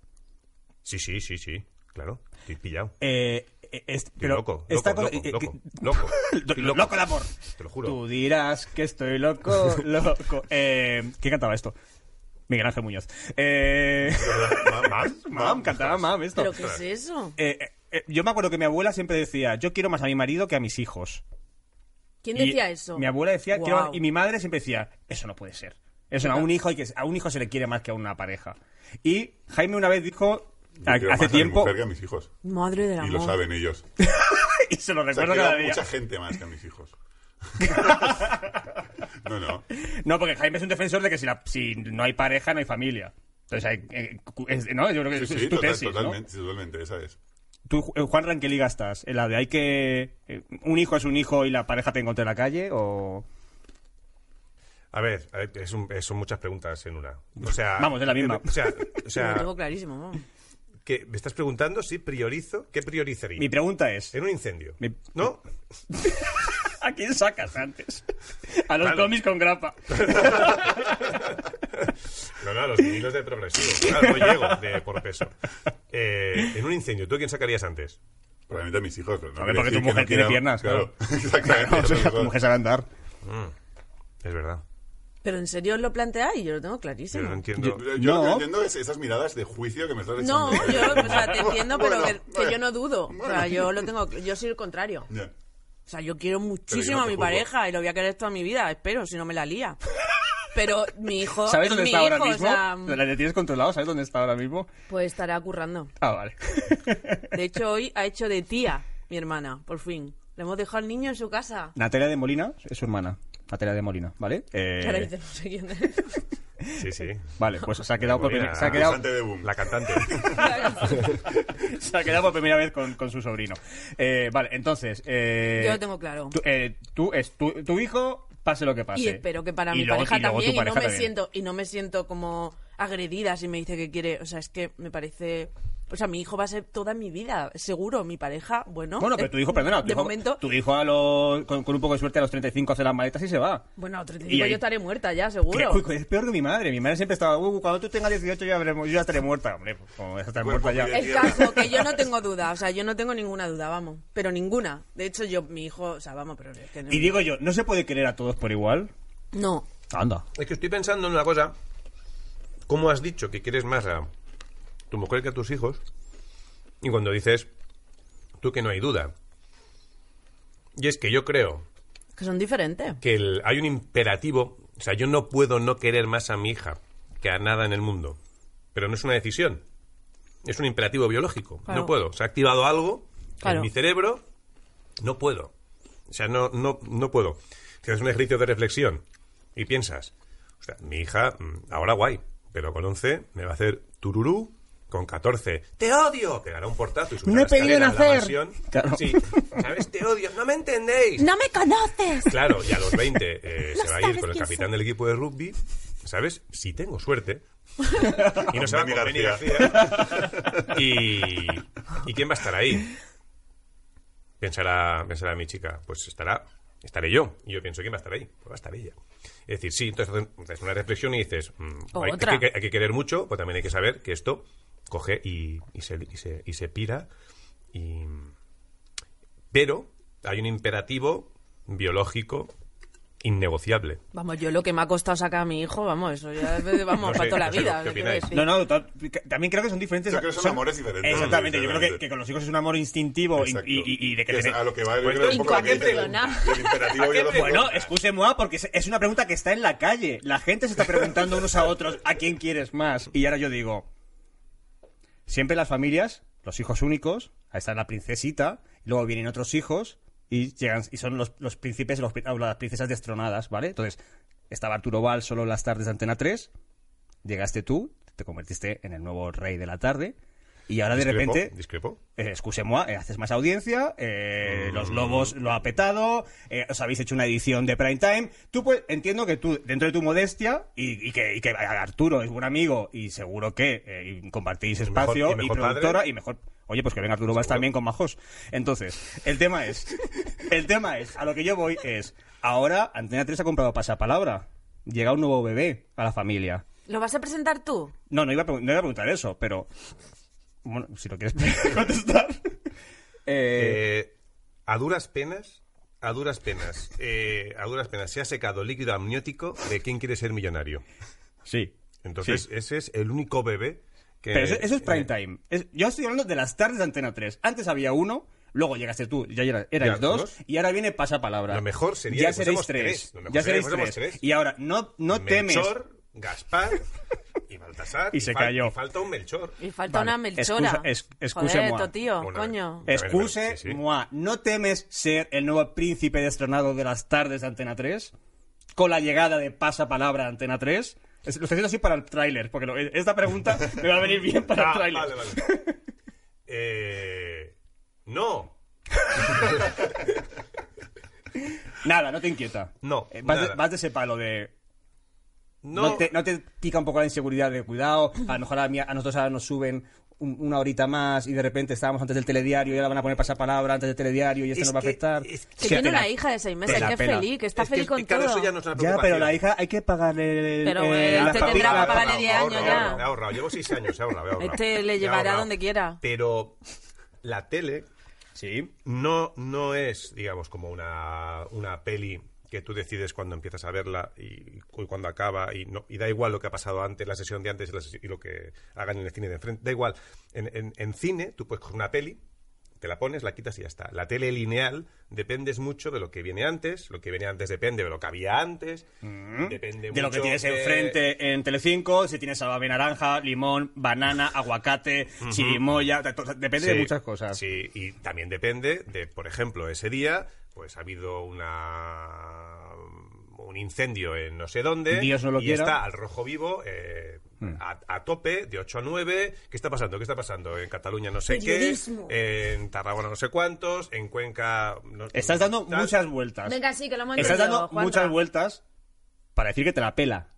sí sí sí sí claro estoy pillado Eh, eh, es- Estoy pero loco, esta loco, cosa- eh, loco, que- loco, Lo- Estoy lo- loco de amor. Te lo juro. Tú dirás que estoy loco, loco. Eh, ¿Quién cantaba esto? Miguel Ángel Muñoz. Eh, ¿Verdad? Mam, mam, cantaba mam esto. ¿Pero qué es eso? Eh, eh, eh, yo me acuerdo que mi abuela siempre decía, yo quiero más a mi marido que a mis hijos. ¿Quién Y decía eso? Mi abuela decía, Guau. quiero más- y mi madre siempre decía, eso no puede ser. Eso no, a un hijo hay que a un hijo se le quiere más que a una pareja. Y Jaime una vez dijo Yo a- quiero hace más a mi tiempo mujer que a mis hijos. Madre del Y amor. lo saben ellos. y se lo O sea, recuerdo quiero cada día. mucha gente más que a mis hijos. no, no. No, porque Jaime es un defensor de que si, la- si no hay pareja no hay familia. Entonces, hay- eh, cu- es- no, yo creo que Sí, es, sí, es tu total- tesis, ¿no? totalmente, sí, totalmente, esa es. Tú, eh, Juanra, ¿en qué liga estás? ¿En la de hay que... eh, un hijo es un hijo y la pareja te encontré en la calle o...? A ver, a ver, es un- es- son muchas preguntas en una. O sea, Vamos, es la misma. O sea, o Lo sea tengo clarísimo. vamos. que me estás preguntando si priorizo, ¿qué priorizaría? Mi pregunta Eh, es... en un incendio. Mi- ¿No? ¿A quién sacas antes? A los Claro. cómics con grapa. No, no, los vinilos de progresivo. Claro, no llego de, por peso. Eh, en un incendio, ¿tú a quién sacarías antes? Probablemente a mis hijos. Pero no Hombre, quiere porque tu decir que mujer no tiene quiera- piernas, Claro, O exactamente. sea, tu Eso- mujer sabe andar. Es verdad. Pero en serio os lo planteáis, yo lo tengo Yo clarísimo. no entiendo. Yo No. lo que entiendo es esas miradas de juicio que me estás No, echando. yo o sea, te entiendo, pero Bueno, que, que bueno. yo no dudo. O sea, Bueno. yo lo tengo, yo soy el contrario. Ya. O sea, yo quiero muchísimo no a te mi juzgo. pareja y lo voy a querer toda mi vida, espero, si no me la lía. Pero mi hijo, ¿Sabes dónde mi está ahora hijo, mismo? o sea, mm. ¿La la tienes controlado? ¿Sabes dónde está ahora mismo? pues estará currando. Ah, vale. De hecho, hoy ha hecho de tía mi hermana, por fin. Le hemos dejado al niño en su casa. Natalia de Molina es su hermana. Natalia de Molina, ¿vale? Eh, Ahora dice, no sé quién es. Sí, sí. Vale, pues se ha quedado por Molina, primera- se ha ah, quedado- Cantante de boom. La cantante. Se ha quedado por primera vez con, con su sobrino. Eh, vale, entonces. eh, Yo lo tengo claro. Tú, eh, tú- es tu, tu hijo, pase lo que pase. Y espero que para Y mi luego- pareja y luego tu también y no pareja me también. siento y no me siento como agredida si me dice que quiere, o sea, es que me parece o sea, mi hijo va a ser toda mi vida, seguro. Mi pareja, bueno. Bueno, pero tu hijo, perdona, tu de hijo, momento. tu hijo a los, con, con un poco de suerte a los 35 hace las maletas y se va. Bueno, a 35 Y ahí- yo estaré muerta ya, Que- seguro. uy, que es peor que mi madre. Mi madre siempre estaba, "Uh, cuando tú tengas 18 ya habremos- yo ya estaré muerta. Hombre, pues, como vas a estar Bueno, muerta ya. pues, El caso, que yo no tengo duda, o sea, yo no tengo ninguna duda, vamos. Pero ninguna. De hecho, yo, mi hijo, o sea, vamos, pero es que no. Y digo yo, ¿no se puede querer a todos por igual? No. Anda. Es que estoy pensando en una cosa. ¿Cómo has dicho que quieres más a tu mujer que a tus hijos? Y cuando dices, tú que no hay duda. Y es que yo creo Que son diferentes. que el- hay un imperativo. O sea, yo no puedo no querer más a mi hija que a nada en el mundo. Pero no es una decisión. Es un imperativo biológico. Claro. No puedo. Se ha activado algo Claro. en mi cerebro. No puedo. O sea, no, no, no puedo. Si haces un ejercicio de reflexión y piensas, o sea, mi hija, mm, ahora guay, pero con 11 me va a hacer tururú. Con 14, te odio, pegará un portazo y subirá No he la escalera pedido de la nacer. mansión. Claro. Sí, ¿sabes? Te odio, no me entendéis. ¡No me conoces! Claro, y a los 20 eh, No se va a sabes ir con el quién capitán soy. del equipo de rugby, ¿sabes? Si tengo suerte. Y no se va Benny con Benny García. García. Y, ¿y quién va a estar ahí? Pensará, pensará mi chica, pues estará, estaré yo. Y yo pienso, ¿quién va a estar ahí? Pues va a estar ella. Es decir, sí, entonces haces una reflexión y dices, mm, O hay, hay otra. que, hay que querer mucho, pero también hay que saber que esto coge y, y se, y, se, y se pira y, pero hay un imperativo biológico innegociable. Vamos, yo lo que me ha costado sacar a mi hijo, vamos, eso ya, vamos, No sé, para toda la no sé vida. qué quiero opináis. decir. No, no, ta- que- también creo que son diferentes. Yo creo que son amores diferentes. Exactamente, yo creo que, Diferentes. que con los hijos es un amor instintivo y, Exacto. y- y- y de que es tener- a lo que va yo Pues creo, un esto- poco lo que dice el, Incomprensible, el imperativo biológico. Bueno, excuse-moi, porque es- es una pregunta que está en la calle. La gente se está preguntando unos a otros a quién quieres más. Y ahora yo digo, siempre las familias, los hijos únicos, ahí está la princesita, y luego vienen otros hijos y llegan y son los, los príncipes los pri- o las princesas destronadas, ¿vale? Entonces, estaba Arturo Val solo las tardes de Antena 3, llegaste tú, te convertiste en el nuevo rey de la tarde. Y ahora de Discrepo, repente Discrepo. eh, excusez-moi, eh, haces más audiencia, eh, Mm. Los Lobos lo ha petado, eh, os habéis hecho una edición de Prime Time. Tú, pues, entiendo que tú, dentro de tu modestia, y, y que, y que Arturo es buen amigo, y seguro que eh, y compartís mejor- espacio, y y, mejor productora, padre. y mejor... Oye, pues que venga Arturo Valls también con Majos. Entonces, el tema es... El tema es, a lo que yo voy es... Ahora, Antena 3 ha comprado pasapalabra. Llega un nuevo bebé a la familia. ¿Lo vas a presentar tú? No, no iba, a pregun- no iba a preguntar eso, pero. Bueno, si lo quieres contestar. Eh, Eh, a duras penas, a duras penas, eh, a duras penas, se ha secado líquido amniótico de quién quiere ser millonario. sí. Entonces, Sí. ese es el único bebé que... Pero eso, eso es prime eh, time. Es- yo estoy hablando de las tardes de Antena 3. Antes había uno, luego llegaste tú, ya era- erais Ya, dos, dos. y ahora viene pasapalabra. Lo mejor sería ya que seréis fuésemos tres. tres. Lo mejor Ya sería que seréis fuésemos tres. tres. Y ahora, no, no temes. Melchor, Gaspar y Baltasar. Y se fal- cayó. y falta un Melchor. Y falta Vale, una melchora. excusa- es- excuse Joder, moi. to, tío, Bueno, coño. eh, Excuse, Sí, sí. moi, ¿no temes ser el nuevo príncipe destronado de las tardes de Antena 3? Con la llegada de pasapalabra de Antena 3. Es- Lo estoy haciendo así para el tráiler, porque lo- esta pregunta me va a venir bien para el Ah, tráiler. vale, vale. Eh, no. Nada, no te inquieta. No, Eh, Vas, de, nada. vas de ese palo de. No. No, te, no te pica un poco la inseguridad de cuidado. A lo mejor a, mí- a nosotros ahora nos suben un- una horita más y de repente estábamos antes del telediario y ahora van a poner pasapalabra antes del telediario y esto Es nos va a que- afectar. es que Que Sí, tiene te la- una hija de seis te meses, la que es pela. feliz, que está Es que, feliz con claro, todo. eso ya no es una Ya, preocupación. pero la hija hay que pagarle el, Pero, el- eh, la este tendrá papita. que pagarle Ahorra, 10 años ahorra, ya. ahorra, ahorra. Llevo 6 años, ahorra, ahorra. Este le Ya llevará ahorra. donde quiera. Pero la tele Sí. no, no es, digamos, como una, una peli que tú decides cuando empiezas a verla y, cu- cuando acaba y, no, y da igual lo que ha pasado antes, la sesión de antes y, la sesión- y lo que hagan en el cine de enfrente. Da igual. En, en- en cine tú puedes coger una peli, te la pones, la quitas y ya está. La tele lineal dependes mucho de lo que viene antes, lo que viene antes depende de lo que había antes, depende Mm. De lo que mucho eh, tienes de- enfrente en Telecinco, si tienes salvabe naranja, limón, banana, aguacate, chirimoya, de- to- depende de Sí, muchas cosas. Sí, y también depende de, por ejemplo, ese día, pues ha habido una un incendio en no sé dónde Dios no lo y quiera. Mm. está al rojo vivo eh, a, a tope de 8 a 9 ¿qué está pasando? ¿qué está pasando? en Cataluña no sé Periodismo. qué en Tarragona no sé cuántos en Cuenca no- Estás dando tal. muchas vueltas. Venga, sí, que lo hemos Estás entendido, dando Juanra. muchas vueltas para decir que te la pela.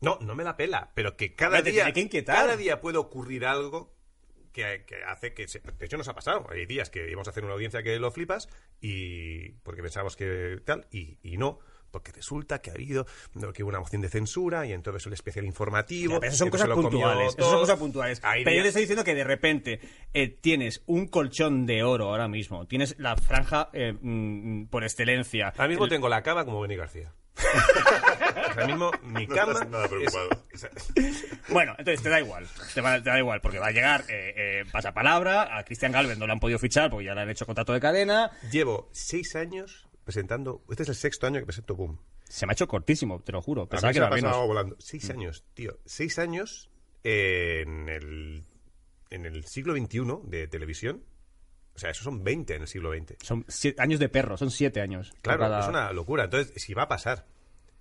No, no me la pela, pero que cada Hombre, te día tiene que inquietar. cada día puede ocurrir algo que, que hace que... se- de hecho, nos ha pasado. Hay días que íbamos a hacer una audiencia que lo flipas y porque pensábamos que tal, y, y no. Porque resulta que ha habido no, que hubo una moción de censura y entonces el especial informativo... Ya, pero esas son que no cosas se lo comió puntuales. Esas todo. son cosas puntuales. pero yo Hay te días- estoy diciendo que de repente eh, tienes un colchón de oro ahora mismo. Tienes la franja eh, mm, por excelencia. Ahora mismo El- tengo la cama como Benny García. Ahora mismo mi No cama... estás nada es- preocupado. Bueno, entonces te da igual. Te, va- te da igual, porque va a llegar eh, eh, pasapalabra. A Cristian Galvez no lo han podido fichar porque ya le han hecho contrato de cadena. llevo seis años presentando... Este es el sexto año que presento Boom. Se me ha hecho cortísimo, te lo juro. A mí Pensaba se que me ha era menos. Mm. pasado volando. Seis años, tío. Seis años eh, en el, en el siglo XXI de televisión. O sea, eso son 20 en el siglo XX. Son siete años de perro, son siete años. por Claro, cada- es una locura. Entonces, si va a pasar.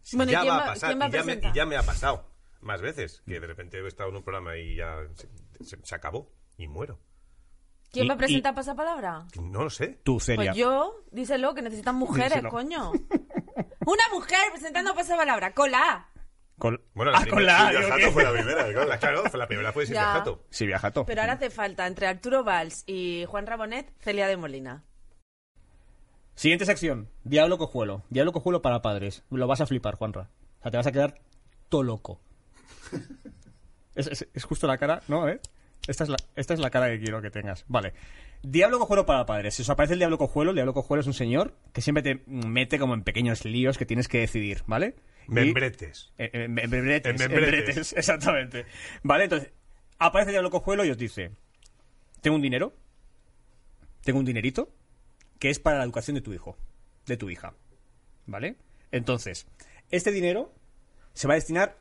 Si Bueno, ¿y ya quién va a va- pasar. quién va a y, ya me, presentar? y ya me ha pasado más veces. Mm. Que de repente he estado en un programa y ya se, se- se acabó. Y muero. ¿Quién Y- va a presentar pasapalabra? No lo sé. Tú, Celia. Pues yo, díselo, que necesitan mujeres, Díselo. coño. Una mujer presentando pasapalabra, con la A. Con- Bueno, ah, con la A, Silvia digo Jato que- fue la primera, claro. La, claro, fue la primera fue Silvia Ya. Jato. Sí, viajato. Pero ahora hace falta entre Arturo Valls y Juan Rabonet, Celia de Molina. Siguiente sección. Diablo cojuelo. Diablo cojuelo para padres. Lo vas a flipar, Juanra. O sea, te vas a quedar todo loco. es, es- es justo la cara, ¿no? A ver. Esta es, la, esta es la cara que quiero que tengas. Vale. Diablo cojuelo para padres. Si os aparece el diablo cojuelo, el diablo cojuelo es un señor que siempre te mete como en pequeños líos que tienes que decidir, ¿vale? Y- Membretes. eh, eh, mem- membretes, En membretes. membretes, exactamente. Vale, entonces, aparece Diablo Cojuelo y os dice, tengo un dinero, tengo un dinerito, que es para la educación de tu hijo, de tu hija. ¿Vale? Entonces, este dinero se va a destinar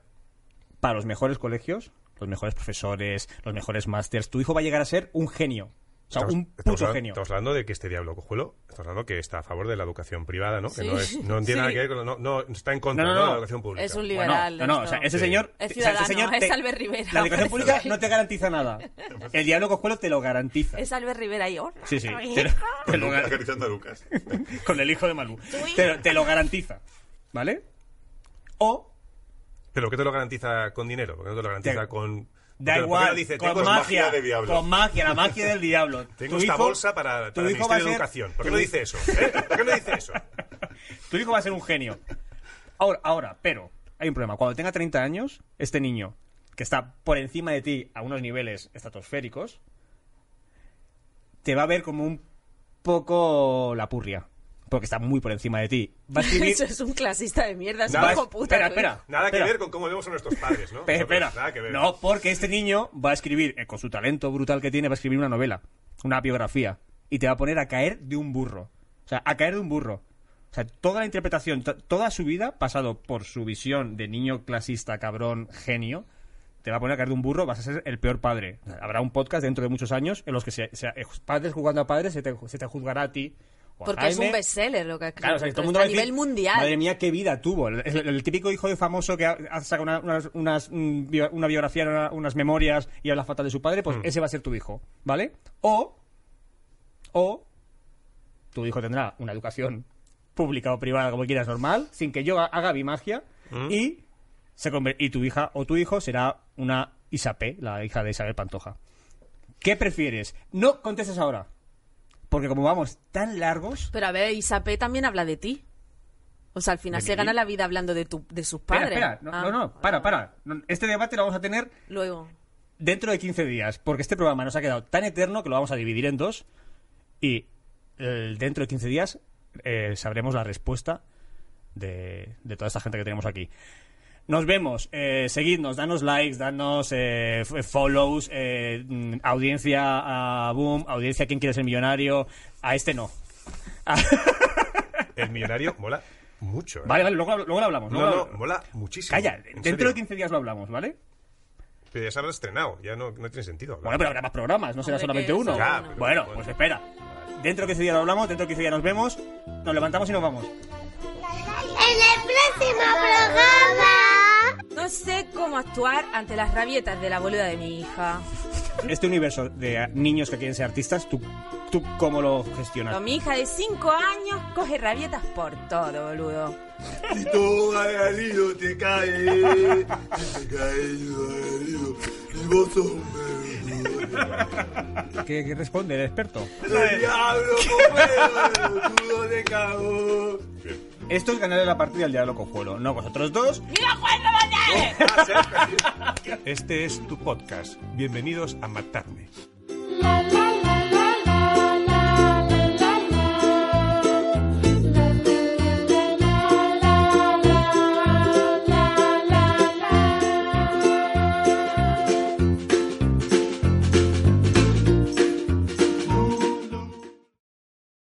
para los mejores colegios, los mejores profesores, los mejores másters. Tu hijo va a llegar a ser un genio. O sea, Estamos- un estamos puto hablando- genio. Estamos hablando de que este diablo cojuelo, estamos hablando que está a favor de la educación privada, ¿no? Que Sí. no, es- no tiene nada Sí. que ver con... No, no, está en contra No, no, ¿no? de no. la educación pública. Es un Bueno, liberal. no, no, o esto. sea, ese señor. Es o sea, ese ciudadano, señor es Albert Rivera, La educación parece. pública no te garantiza nada. El diálogo cojuelo te lo garantiza. Es Albert Rivera y ¡oh! hola, Sí, sí. mi Te lo- hija. te lo Lucas, gar- acariciando a Lucas. con el hijo de Malú. hijo. Te, lo- te lo garantiza. ¿Vale? O ¿Pero qué te lo garantiza con dinero? ¿Por qué no te lo garantiza Te- con...? da porque- porque igual, no dice, con tengo, magia magia, de diablo. con magia, la magia del diablo. tengo Tu esta hijo- bolsa para, tu para el hijo va a Ministerio de ser- Educación. ¿Por qué tu no hi- dice eso? eh? ¿Por qué no dice eso? Tu hijo va a ser un genio. Ahora, ahora, pero hay un problema. Cuando tenga 30 años, este niño, que está por encima de ti a unos niveles estratosféricos, te va a ver como un poco la purria. Porque está muy por encima de ti. Va a escribir. Eso es un clasista de mierda, es Nada, un hijo puta. espera, ¿no? espera. Nada espera. que ver con cómo vemos a nuestros padres, ¿no? Pe- espera. Nada que ver. No, porque este niño va a escribir, eh, con su talento brutal que tiene, va a escribir una novela, una biografía, y te va a poner a caer de un burro. O sea, a caer de un burro. O sea, toda la interpretación, to- toda su vida, pasado por su visión de niño clasista, cabrón, genio, te va a poner a caer de un burro, vas a ser el peor padre. O sea, Habrá un podcast dentro de muchos años en los que se, se- eh, padres jugando a padres se te, se te juzgará a ti. o a Porque es un Jaime, bestseller lo que ha escrito. Claro, o sea, que todo el Pero mundo a va nivel decir, mundial. Madre mía, qué vida tuvo. El, el- el típico hijo de famoso que ha, ha sacado una, unas- unas, mm, bio- una biografía, una- unas memorias y habla fatal de su padre, pues ese va a ser tu hijo, ¿vale? O, o tu hijo tendrá una educación pública o privada, como quieras, normal, sin que yo ha- haga mi magia, y, se conver- y tu hija o tu hijo será una Isapé, la hija de Isabel Pantoja. ¿Qué prefieres? No contestes ahora. Porque como vamos tan largos, Pero a ver, Isapé también habla de ti. O sea, al final ¿De se mí? gana la vida hablando de, tu, de sus Espera, padres. espera. No, Ah, no, no, para, para. No, Este debate lo vamos a tener Luego. dentro de 15 días, porque este programa nos ha quedado tan eterno que lo vamos a dividir en dos y eh, dentro de 15 días eh, sabremos la respuesta de, de toda esta gente que tenemos aquí. Nos vemos, eh, seguidnos, danos likes, danos eh, f- follows, eh, mm, audiencia a Boom, audiencia a quien quiere ser millonario, a este no. El millonario mola mucho. ¿eh? Vale, vale, luego, luego lo hablamos. No, luego no, lo- mola muchísimo. Calla, En dentro serio. de 15 días lo hablamos, ¿vale? Pero ya se han estrenado, ya no, no tiene sentido. hablar. Bueno, pero habrá más programas, no será Hombre, solamente que uno. eso, Ya, bueno. bueno, bueno. pues espera. Dentro de 15 días lo hablamos, dentro de 15 días nos vemos, nos levantamos y nos vamos. En el próximo programa. No sé cómo actuar ante las rabietas de la boluda de mi hija. Este universo de ah, niños que quieren ser artistas, ¿tú, tú cómo lo gestionas? Pero mi hija de 5 años coge rabietas por todo, boludo. Y tú, Margarito, te caes. Te caes, Margarito. Y vos sos un bebé. ¿Qué, qué responde el experto? El diablo, cojuelo, tú no te cago. Esto es ganarle la partida al diablo cojuelo, no vosotros dos. Este es tu podcast. Bienvenidos a Matarme.